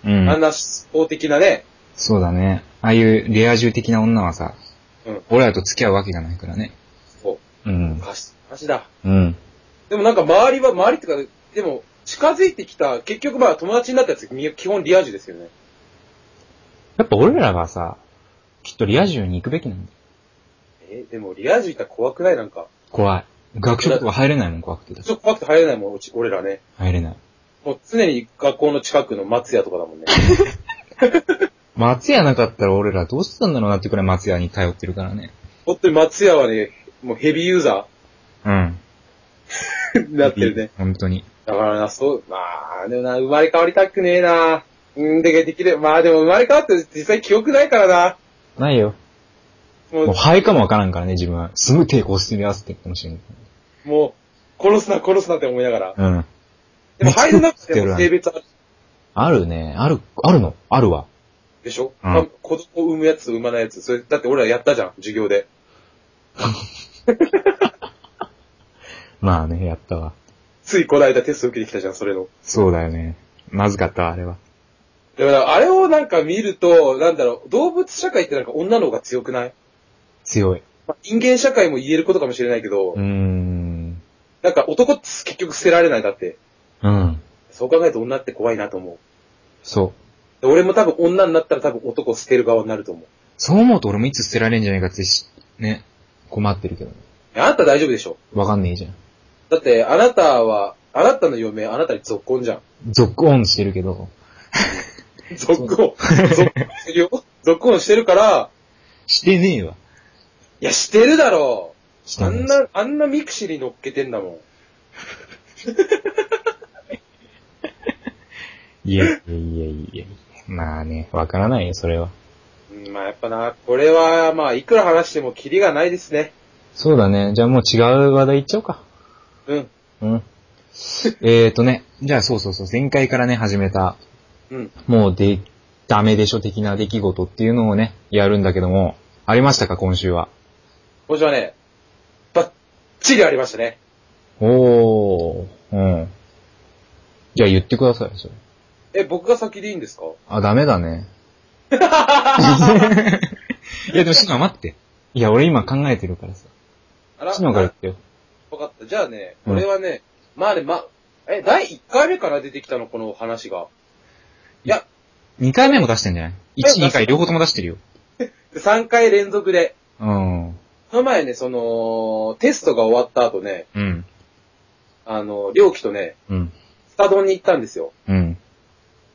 Speaker 1: あん
Speaker 2: ん。
Speaker 1: な思考的なね、
Speaker 2: そうだね。ああいうレア充的な女はさ、
Speaker 1: うん
Speaker 2: 俺らと付き合うわけがないからね。
Speaker 1: そうお
Speaker 2: ん。
Speaker 1: かしい話だ。
Speaker 2: うん。
Speaker 1: でもなんか周りは、周りっていうか、でも近づいてきた、結局まあ友達になったやつ、み基本リア充ですよね。
Speaker 2: やっぱ俺らがさ、きっとリア充に行くべきなんだよ。
Speaker 1: えーでもリア充いたら怖くないなんか。
Speaker 2: 怖い。学食とか入れないもん、怖くて。
Speaker 1: ちょっと怖くて入れないもん、うち、俺らね。
Speaker 2: 入れない。
Speaker 1: もう常に学校の近くの松屋とかだも んね。
Speaker 2: 松屋なかったら俺らどうしてたんだろうなってくらい松屋に頼ってるからね。
Speaker 1: 本当に松屋はね、もうヘビーユーザ
Speaker 2: うん。
Speaker 1: ーになってるね。。
Speaker 2: 本当に。
Speaker 1: だからな、そう、まあ、でもな、生まれ変わりたくねえな。うん、で、できる。まあでも生まれ変わって実際記憶ないからな。
Speaker 2: ないよ。
Speaker 1: もう、
Speaker 2: もうハエかもわからんからね、自分は。すごい抵抗してみ合わせてるかもしれん。
Speaker 1: もう、殺すな、殺すなって思いながら。
Speaker 2: うん。
Speaker 1: でも入れなく
Speaker 2: めっちゃ食って
Speaker 1: て
Speaker 2: る
Speaker 1: も
Speaker 2: な
Speaker 1: 性別ある
Speaker 2: あるね。ある、あるの。あるわ。
Speaker 1: でしょ、
Speaker 2: うん
Speaker 1: まあ子供を産むやつと産まないやつ。それ、だって俺らやったじゃん、授業で。
Speaker 2: まあね、やったわ。
Speaker 1: ついこの間テスト受けてきたじゃん、それの。
Speaker 2: そうだよね。まずかったわ、あれは。
Speaker 1: だから、あれをなんか見ると、なんだろう、動物社会ってなんか女の方が強くない、
Speaker 2: 強い。
Speaker 1: まあ人間社会も言えることかもしれないけど、
Speaker 2: うーん。
Speaker 1: なんか男って結局捨てられないだって。
Speaker 2: うん。
Speaker 1: そう考えると女って怖いなと思う。
Speaker 2: そう。
Speaker 1: で俺も多分女になったら多分男を捨てる側になると思う。
Speaker 2: そう思うと俺もいつ捨てられんじゃないかってし、ね。困ってるけど。
Speaker 1: あなた大丈夫でしょ
Speaker 2: わかんねえじゃん。
Speaker 1: だって、あなたは、あなたの嫁、あなたに続婚じゃん。
Speaker 2: 続音してるけど、
Speaker 1: 続婚。続婚してるよ。続婚してるから、
Speaker 2: してねえわ。
Speaker 1: いや、してるだろ
Speaker 2: して
Speaker 1: う。あ
Speaker 2: ない
Speaker 1: んな、あんなミクシーに乗っけてんだもん。
Speaker 2: いやいやいやいやいや。まあね、わからないよ、それは。
Speaker 1: うん、まあやっぱな、これは、まあ、いくら話してもキリがないですね。
Speaker 2: そうだね。じゃあもう違う話題行っちゃおうか。
Speaker 1: うん。
Speaker 2: うん。えーとね、じゃあそうそうそう、前回からね、始めた、
Speaker 1: うん。
Speaker 2: もうで、ダメでしょ的な出来事っていうのをね、やるんだけども、ありましたか、今週は。
Speaker 1: 今週はね、ばっちりありましたね。
Speaker 2: おー、うん。じゃあ言ってください、それ。
Speaker 1: え、僕が先でいいんですか
Speaker 2: あ、ダメだ ね。いや、でも、シノ待って。いや、俺今考えてるからさ。
Speaker 1: あら
Speaker 2: シノが言ってよ。
Speaker 1: わかった。じゃあね、
Speaker 2: うん
Speaker 1: 俺はね、まあね、ま、え、第1回目から出てきたの、この話が。いや、
Speaker 2: 2回目も出してんじゃない ?1、2回両方とも出してるよ。
Speaker 1: 3回連続で。
Speaker 2: うん。
Speaker 1: その前ね、その、テストが終わった後ね、
Speaker 2: うん。
Speaker 1: あの、りょうきとね、
Speaker 2: うん。
Speaker 1: カドンに行ったんですよ。
Speaker 2: うん。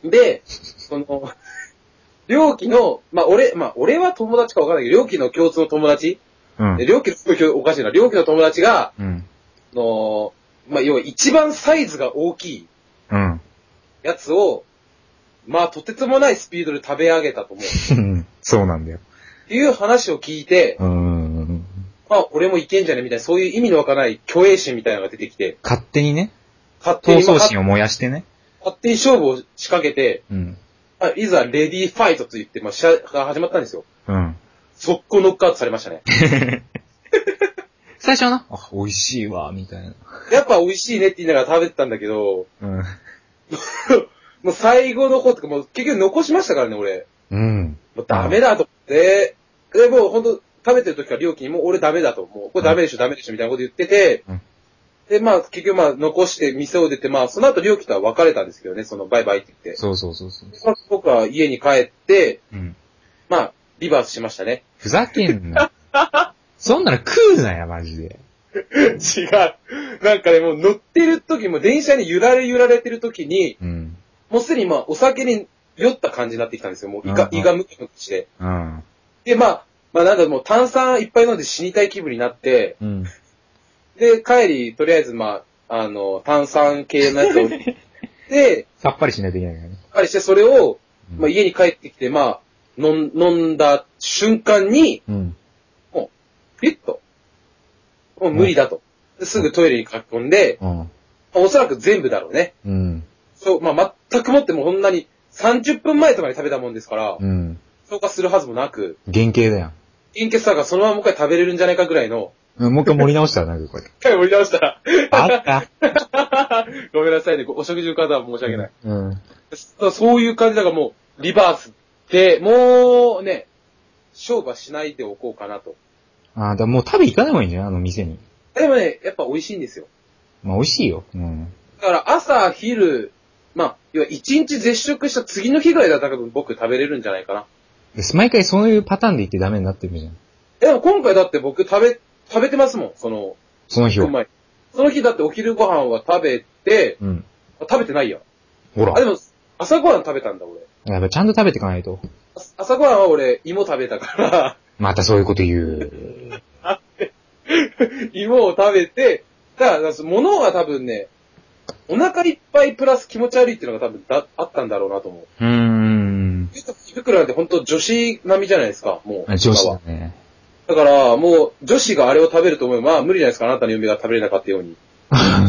Speaker 1: で、その、両機の、まあ、俺、まあ、俺は友達かわかんないけど、両機の共通の友達、
Speaker 2: うん
Speaker 1: で。両機の、おかしいな、両機の友達が、
Speaker 2: うん。
Speaker 1: あのまあ、要は一番サイズが大きい
Speaker 2: うん。
Speaker 1: やつを、まあ、とてつもないスピードで食べ上げたと思う。っ
Speaker 2: うんそうなんだよ。
Speaker 1: ていう話を聞いて、
Speaker 2: うんうんうん。
Speaker 1: まあ、俺もいけんじゃねみたいな、そういう意味のわからない虚栄心みたいなのが出てきて、
Speaker 2: 勝手にね、
Speaker 1: 勝手
Speaker 2: 闘
Speaker 1: に、まあ
Speaker 2: 争心
Speaker 1: 勝
Speaker 2: を燃やしてね。
Speaker 1: 手に勝負を仕掛けて、
Speaker 2: うん。
Speaker 1: まあいざレディーファイトと言って、まあ、試合が始まったんですよ。
Speaker 2: うん。
Speaker 1: 速攻ノックアウトされましたね。
Speaker 2: 最初はな、あ、美味しいわ、みたいな。
Speaker 1: やっぱ美味しいねって言いながら食べてたんだけど、
Speaker 2: うん。
Speaker 1: もう最後の方とかもう結局残しましたからね、俺。
Speaker 2: うん。
Speaker 1: もうダメだと思って、で、もうほんと食べてる時から料金にもう俺ダメだと、もうこれダメでしょ、ダメでしょみたいなこと言ってて
Speaker 2: うん、
Speaker 1: で、まあ結局まあ残して店を出て、まあその後料金とは別れたんですけどね、そのバイバイって言って。
Speaker 2: そうそうそうそう。
Speaker 1: まあ僕は家に帰って、
Speaker 2: うん。
Speaker 1: まあリバースしましたね。
Speaker 2: ふざけん な。そんなの食うなよ、マジで。
Speaker 1: 違う。なんかね、もう乗ってる時も電車に揺られ揺られてる時に、
Speaker 2: うん。
Speaker 1: もうすでにまあお酒に酔った感じになってきたんですよ、もう胃が、
Speaker 2: うんうん
Speaker 1: 胃がムキムキして。
Speaker 2: うん。
Speaker 1: で、まあ、まあなんだろう、もう炭酸いっぱい飲んで死にたい気分になって、
Speaker 2: うん。
Speaker 1: で、帰り、とりあえずまあ、あの、炭酸系のやつを、 で、
Speaker 2: さっぱりしないといけないからね。
Speaker 1: あれしてそれを、
Speaker 2: うん
Speaker 1: まあ家に帰ってきて、まあ、飲ん飲んだ瞬間に、
Speaker 2: うん。
Speaker 1: ピュッと、もう無理だと。ですぐトイレに駆け込んで、
Speaker 2: うん。
Speaker 1: まあおそらく全部だろうね。
Speaker 2: うん。
Speaker 1: そう、まあ全くもってもうこんなに30分前とかに食べたもんですから、
Speaker 2: うん。
Speaker 1: 消化するはずもなく、
Speaker 2: 原型だよ。
Speaker 1: 貧血さがそのままもう一回食べれるんじゃないかぐらいの、
Speaker 2: うん、もう一回盛り直したら、なんかこれ。
Speaker 1: 一回盛り直した。
Speaker 2: あった。
Speaker 1: ごめんなさいね。お食事の方は申し訳ない。
Speaker 2: うん。
Speaker 1: そうそういう感じだからもう、リバースで、もうね、勝負はしないでおこうかなと。
Speaker 2: ああ、だからもう食べ行かない方がいいんじゃないあの店に。
Speaker 1: でもね、やっぱ美味しいんですよ。
Speaker 2: まあ、美味しいよ。うん。
Speaker 1: だから朝、昼、まあ、要は一日絶食した次の日ぐらいだったら多分僕食べれるんじゃないかな。
Speaker 2: で毎回そういうパターンで行ってダメになってるじゃん。
Speaker 1: でも今回だって僕食べ、食べてますもん、その、
Speaker 2: その日
Speaker 1: 行
Speaker 2: は
Speaker 1: く。前にその日だってお昼ご飯は食べて、
Speaker 2: うん。
Speaker 1: あ食べてないや。
Speaker 2: ほら
Speaker 1: あ、で。も、朝ごはん食べたんだ、俺。
Speaker 2: やっぱちゃんと食べていかないと。
Speaker 1: あ朝ごはんは俺、芋食べたから、
Speaker 2: またそういうこと言う。
Speaker 1: 芋を食べて、だから、だから物が多分ね、お腹いっぱいプラス気持ち悪いっていうのが多分だあったんだろうなと 思う。
Speaker 2: うーん。
Speaker 1: 手袋なんて本当女子並みじゃないですか、もう。
Speaker 2: あ上司
Speaker 1: 今
Speaker 2: だ
Speaker 1: は
Speaker 2: ね。
Speaker 1: だから、もう女子があれを食べると思えば、まあ無理じゃないですか、あなたの嫁が食べれなかったように。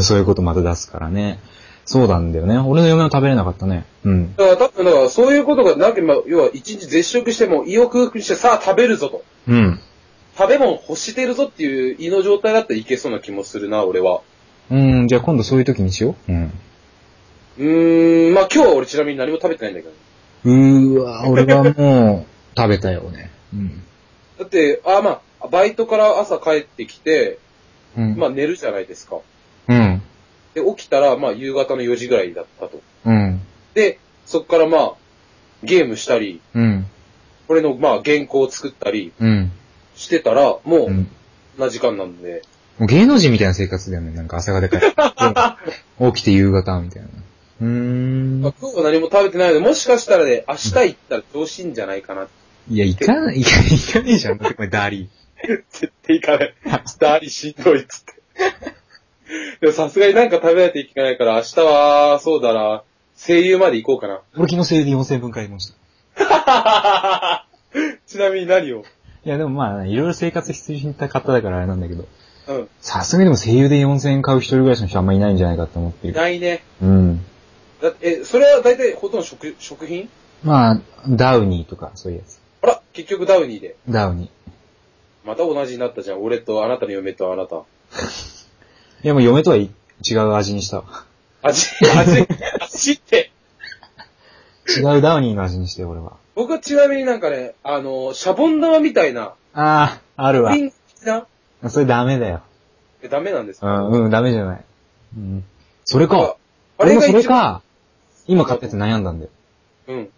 Speaker 2: そういうことまた出すからね。そうなんだよね。俺の嫁は食べれなかったね。うん。
Speaker 1: だから多分、だからそういうことがなければ、要は一日絶食しても胃を空腹にして、さあ食べるぞと。
Speaker 2: うん。
Speaker 1: 食べ物欲してるぞっていう胃の状態だったらいけそうな気もするな、俺は。
Speaker 2: うん、じゃあ今度そういう時にしよう。うん。
Speaker 1: うーん、まあ今日は俺ちなみに何も食べてないんだけど。
Speaker 2: うーわ、俺はもう、食べたよね。うん。
Speaker 1: だって、あ、まあ、バイトから朝帰ってきて、
Speaker 2: うん。
Speaker 1: まあ寝るじゃないですか。
Speaker 2: うん。
Speaker 1: で、起きたら、まあ夕方の4時ぐらいだったと。
Speaker 2: うん。
Speaker 1: で、そこからまあ、ゲームしたり、
Speaker 2: うん。
Speaker 1: これのまあ原稿を作ったり
Speaker 2: うん。
Speaker 1: してたら、も
Speaker 2: う。
Speaker 1: うんこんな時間なんで、
Speaker 2: もう芸能人みたいな生活だよね。なんか朝がでか い。起きて夕方みたいな。うー
Speaker 1: まあ
Speaker 2: ん。
Speaker 1: 今日は何も食べてないので、もしかしたらね、明日行ったら調子いいんじゃないかな。
Speaker 2: いや、行かない、 行かない、行かねえじゃん。だってこれダーリ
Speaker 1: 絶対行かない。ダーリしんどいっつって。でもさすがになんか食べないといけないから、明日は、そうだな、声優まで行こうかな。
Speaker 2: ー。俺昨日セールで4000分買いました。
Speaker 1: ちなみに何を
Speaker 2: いや、でもまあ、いろいろ生活必需た方だからあれなんだけど。
Speaker 1: うん。
Speaker 2: さすがにでも声優で4000円買う一人暮らしの人あんまいないんじゃないかって思って
Speaker 1: い
Speaker 2: る。
Speaker 1: ないね。
Speaker 2: うん。
Speaker 1: だって、え、それは大体ほとんど食、食品
Speaker 2: まあ、ダウニーとか、そういうやつ。
Speaker 1: あら、結局ダウニーで。
Speaker 2: ダウニー。
Speaker 1: また同じになったじゃん。俺とあなたの嫁とあなた。
Speaker 2: いや、もう嫁とはい違う味にしたわ。
Speaker 1: 味、味、味って。
Speaker 2: 違うダウニーの味にして、俺は。
Speaker 1: 僕はちなみになんかね、あの、シャボン玉みたいな、
Speaker 2: ああ、あるわ
Speaker 1: ピ。ン的な、
Speaker 2: それダメだよ。
Speaker 1: えダメなんです
Speaker 2: う
Speaker 1: か、
Speaker 2: ん、うん、ダメじゃない。うん。それか。
Speaker 1: あ
Speaker 2: あ
Speaker 1: れ
Speaker 2: れ
Speaker 1: が
Speaker 2: それ
Speaker 1: 一番、
Speaker 2: か、今買ってて悩んだんだよ。
Speaker 1: うん。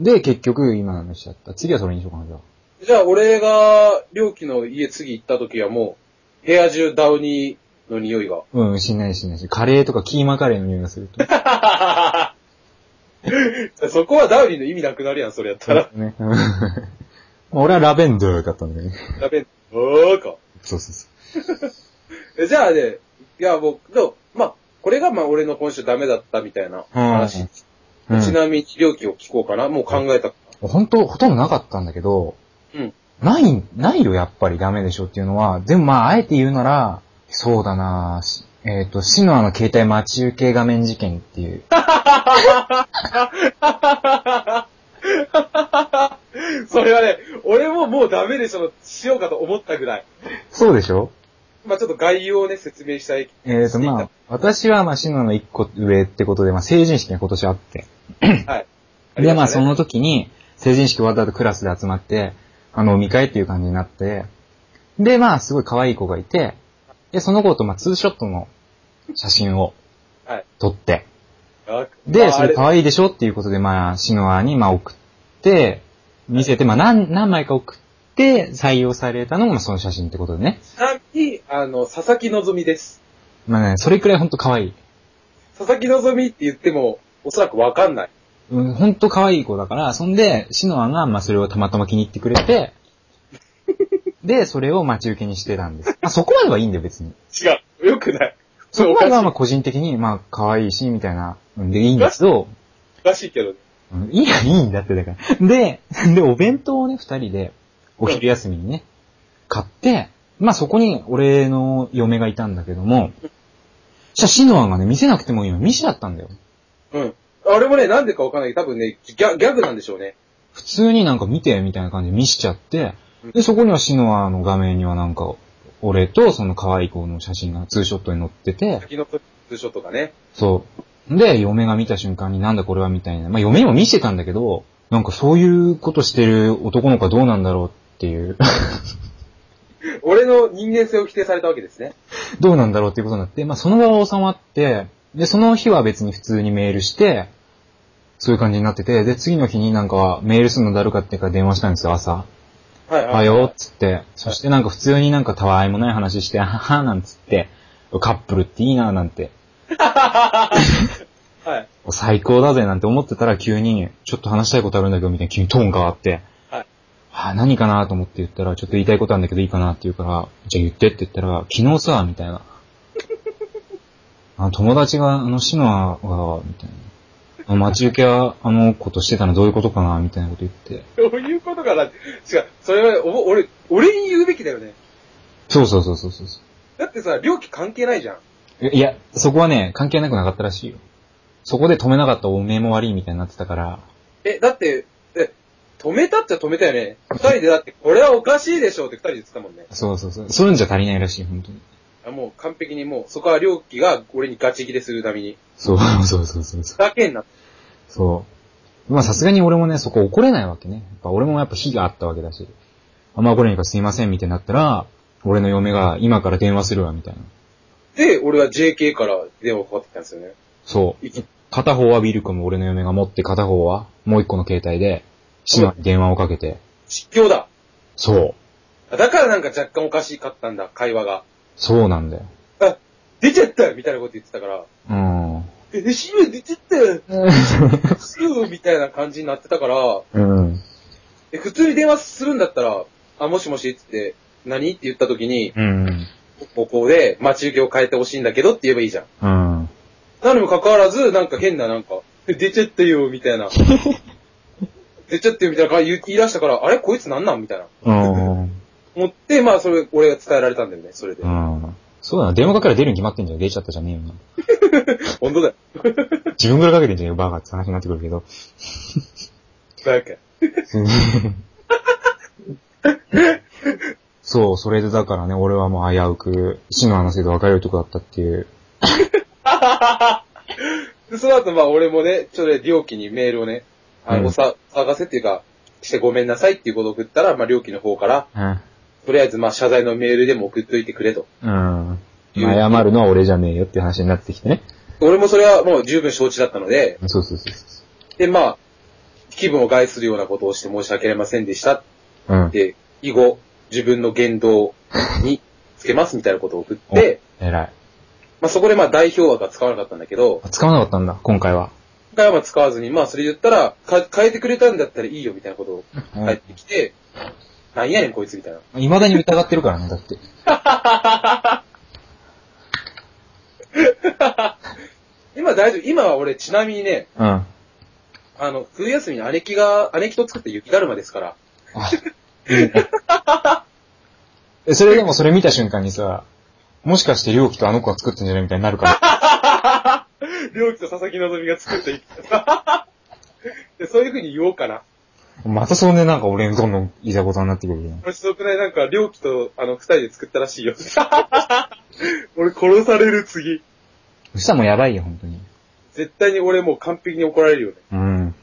Speaker 2: で、結局、今のしちゃった。次はそれにしようかな、じゃあ。
Speaker 1: じゃあ俺が、両機の家次行った時はもう、部屋中ダウニーの匂い が。
Speaker 2: うん、しないしないし。カレーとかキーマカレーの匂いがする と。
Speaker 1: そこはダウリーの意味なくなるやん、それやったら。
Speaker 2: ね。うんまあ俺はラベンダーだったんだけどね。
Speaker 1: ラベンダーか。
Speaker 2: そうそうそ
Speaker 1: えじゃあね、いや、僕、どうまあ、これがまあ俺の今週ダメだったみたいな話。
Speaker 2: う。うん
Speaker 1: ちなみに料金を聞こうかな。もう考えた。
Speaker 2: 本当、ほとんどなかったんだけど、
Speaker 1: うん
Speaker 2: ない、ないよ、やっぱりダメでしょっていうのは、でもまあ、あえて言うなら、そうだなしえっ、と、シノアの携帯待ち受け画面事件っていう。
Speaker 1: それはね、俺ももうダメでしょ、しようかと思ったぐらい。
Speaker 2: そうでしょ
Speaker 1: まあちょっと概要をね、説明したい。
Speaker 2: えっ、とまあ、私はまあ、シノアの一個上ってことで、まあ、成人式が今年あって。
Speaker 1: はい。
Speaker 2: で、まあ、そ
Speaker 1: の、
Speaker 2: の時に、成人式終わった後クラスで集まって、あの、飲み会っていう感じになって、で、まあ、すごい可愛い子がいて、で、その子と、まあ、ツーショットの写真を
Speaker 1: はい
Speaker 2: 撮って、
Speaker 1: あま
Speaker 2: で、
Speaker 1: あ
Speaker 2: そ
Speaker 1: あ
Speaker 2: れ
Speaker 1: れ
Speaker 2: 可愛いでしょっていうことで、まあ、シノアに、まあ、送って、見せて、まあ、何、何枚か送って、採用されたのも、まあ、その写真ってことでね。
Speaker 1: ちなみに、あの、佐々木希です。
Speaker 2: まあね、それくらいほんと可愛い。
Speaker 1: 佐々木希って言っても、おそらくわかんない。
Speaker 2: うん、ほんと可愛い子だから、そんで、シノアが、まあ、それをたまたま気に入ってくれ て、で、それを待ち受けにしてたんです。まあ、そこまではいいんだよ、別に。
Speaker 1: 違う。よくない。
Speaker 2: そこまでは、まあ、
Speaker 1: お
Speaker 2: 個人的に、まあ、可愛いし、みたいな、うんで、いいんですけど、
Speaker 1: かしいけどね。
Speaker 2: うんいいや、いいんだって、だから。で、で、お弁当をね、二人で、お昼休みにね、買って、まあそこに俺の嫁がいたんだけども、そしたらシノアがね、見せなくてもいいの、見せちゃったんだよ。
Speaker 1: うん。あれもね、なんでかわかんないけど、多分ね、ギャギャグなんでしょうね。
Speaker 2: 普通になんか見て、みたいな感じで見せちゃって、で、そこにはシノアの画面にはなんか、俺とその可愛い子の写真がツーショットに載ってて、
Speaker 1: 先のツーショットがね。
Speaker 2: そう。で、嫁が見た瞬間になんだこれはみたいな。まあ、嫁にも見せてたんだけど、なんかそういうことしてる男の子はどうなんだろうっていう、
Speaker 1: 俺の人間性を否定されたわけですね。
Speaker 2: どうなんだろうっていうことになって、まあ、その場は収まって、で、その日は別に普通にメールして、そういう感じになってて、で、次の日になんかメールするのだるかっていうから電話したんですよ、朝。
Speaker 1: はい、
Speaker 2: おはよう っつって、そしてなんか普通になんかたわいもない話して、あははなんつって、カップルっていいななんて、
Speaker 1: はい。
Speaker 2: 最高だぜなんて思ってたら急に、ちょっと話したいことあるんだけど、みたいな急にトーン変わって、
Speaker 1: はい
Speaker 2: あ何かなと思って言ったら、ちょっと言いたいことあるんだけどいいかなって言うから、じゃあ言ってって言ったら、昨日さ、みたいな。あの友達が、あの、シノアが、みたいな。あの待ち受けは、あの子としてたのどういうことかなみたいなこと言って。
Speaker 1: どういうことかな違う。それは、おぼ俺、俺に言うべきだよね。
Speaker 2: そうそうそうそうそうそ
Speaker 1: だってさ、料金関係ないじゃん。
Speaker 2: う。いや、そこはね、関係なくなかったらしいよ。そこで止めなかったおめえも悪いみたいになってたから、
Speaker 1: え、だって、え、止めたっちゃ止めたよね。二人でだって、これはおかしいでしょうって二人で言ってたもんね。
Speaker 2: そうそうそう。そういうんじゃ足りないらしい、本当に。
Speaker 1: あもう完璧にもう、そこは料金が俺にガチ切れするために。
Speaker 2: そうそうそうそうそう。
Speaker 1: だけになっ
Speaker 2: そう。まあさすがに俺もね、そこ怒れないわけね。やっぱ俺もやっぱ火があったわけだし。あんま怒れないからすいませんみたいになったら、俺の嫁が今から電話するわみたいな。
Speaker 1: て、俺は JK から電話かかってきたんですよね。
Speaker 2: そう。
Speaker 1: いき
Speaker 2: 片方はビルコム俺の嫁が持って、片方はもう一個の携帯で、シノに電話をかけて。
Speaker 1: 実況だ。
Speaker 2: そう。
Speaker 1: だからなんか若干おかしかったんだ、会話が。
Speaker 2: そうなんだよ。
Speaker 1: あ、出ちゃったよみたいなこと言ってたから、
Speaker 2: うん。
Speaker 1: え、シム出ちゃったよすぐみたいな感じになってたから、
Speaker 2: うん。
Speaker 1: え、普通に電話するんだったら、あ、もしもしっつって、何って言った時に、
Speaker 2: うん。
Speaker 1: こうこうで待ち受けを変えてほしいんだけどって言えばいいじゃん。
Speaker 2: うん。
Speaker 1: なのにもかかわらず、なんか変ななんか、え出ちゃったよみたいな。 出ちゃったよみたいな感じ言い出したから、あれこいつなんなんみたいな。
Speaker 2: うん。
Speaker 1: 思って、まあそれ、俺が伝えられたんだよね、それで
Speaker 2: う。ん。そうだな。電話かけたら出るに決まってんじゃん。出ちゃったじゃねえよな。
Speaker 1: 本当だよ。
Speaker 2: 自分からかけてんじゃねえよ、バカって話になってくるけど。
Speaker 1: バカ。
Speaker 2: そう、それでだからね、俺はもう危うく、死の話で別れるとこだったっていう。
Speaker 1: で、その後、まあ、俺もね、ちょっと料金にメールをね、あ
Speaker 2: うん
Speaker 1: の、おさ、探せっていうか、してごめんなさいっていうことを送ったら、まあ、料金の方から、
Speaker 2: うん。
Speaker 1: とりあえず、まあ、謝罪のメールでも送っといてくれと。
Speaker 2: うん。謝るのは俺じゃねえよっていう話になってきてね。
Speaker 1: 俺もそれはもう十分承知だったので、
Speaker 2: そうそうそうそ
Speaker 1: で、まあ、気分を害するようなことをして申し訳ありませんでしたっ
Speaker 2: う。うん。
Speaker 1: て、以後、自分の言動につけますみたいなことを送って、
Speaker 2: 偉い。
Speaker 1: まあそこでまあ代表枠は使わなかったんだけど、
Speaker 2: あ使わなかったんだ、今回は。
Speaker 1: 今回はまあ使わずに、まあそれ言ったら、か変えてくれたんだったらいいよみたいなことを返ってきて、なんやねんこいつみたいな。
Speaker 2: いまだに疑ってるからね、だって。
Speaker 1: 今大丈夫。今は俺ちなみにね、
Speaker 2: うん。あ、
Speaker 1: あの、冬休みに姉貴が、姉貴と作った雪だるまですから、
Speaker 2: いいね。えそれでもそれ見た瞬間にさ、もしかして良樹とあの子が作ってんじゃねみたいになるから。
Speaker 1: りょうきと佐々木希が作った雪だるま でそういう風に言おうかな。
Speaker 2: またそんでなんか俺にどんどんいざことになってくるじゃん。
Speaker 1: 面白くないなんか、りょうきと、あの、二人で作ったらしいよ。 俺殺される次。
Speaker 2: そしたらもうやばいよ、本当に。
Speaker 1: 絶対に俺もう完璧に怒られるよね。
Speaker 2: うん。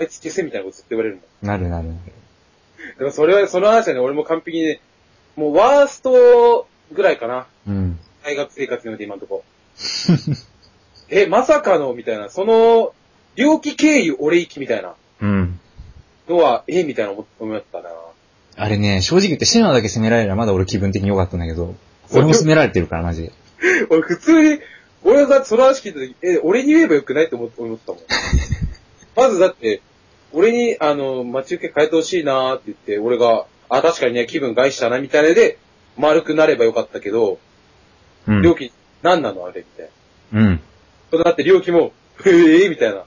Speaker 1: あいつ消せみたいなことずっと言われるもん。
Speaker 2: なるなる。
Speaker 1: だからそれは、その話はね、俺も完璧にね、もうワーストぐらいかな。
Speaker 2: うん。
Speaker 1: 大学生活において今んとこ。 え、まさかの、みたいな。その、猟奇経由俺行きみたいな
Speaker 2: うん。
Speaker 1: のは、え、みたいな思思ったな。
Speaker 2: あれね、正直言ってシナだけ責められればまだ俺気分的に良かったんだけど、俺も責められてるから、マジで。
Speaker 1: 俺普通に、俺がその話聞いた時、え、俺に言えばよくないって思って思った もん。まずだって、俺に、あの、待ち受け変えてほしいなーって言って、俺が、あ、確かにね、気分害したな、みたいなので、丸くなればよかったけど、
Speaker 2: うん。
Speaker 1: 料金、何なのあれみたいな。
Speaker 2: うん。
Speaker 1: それだって料金も、 へえー、みたいな。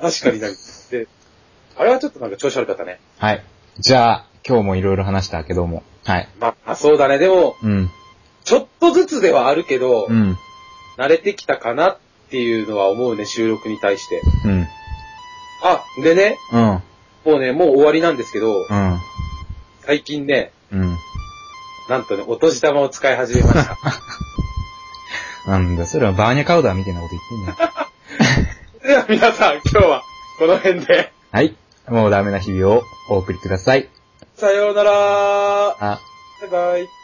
Speaker 1: 確かにな、って。あれはちょっとなんか調子悪かったね。
Speaker 2: はい。じゃあ、今日もいろいろ話したけども。はい。
Speaker 1: まあ、そうだね。でも、
Speaker 2: うん。
Speaker 1: ちょっとずつではあるけど、
Speaker 2: うん。
Speaker 1: 慣れてきたかなっていうのは思うね、収録に対して。
Speaker 2: うん。
Speaker 1: あ、でね、
Speaker 2: うん。
Speaker 1: もうね、もう終わりなんですけど、
Speaker 2: うん。
Speaker 1: 最近ね、
Speaker 2: うん。
Speaker 1: なんとね、お年玉を使い始めました。
Speaker 2: なんだ、それはバーニャカウダーみたいなこと言ってん だ。
Speaker 1: では 皆さん、今日はこの辺で、
Speaker 2: はい。もうダメな日々をお送りください。
Speaker 1: さようなら
Speaker 2: あ、
Speaker 1: バイバイ。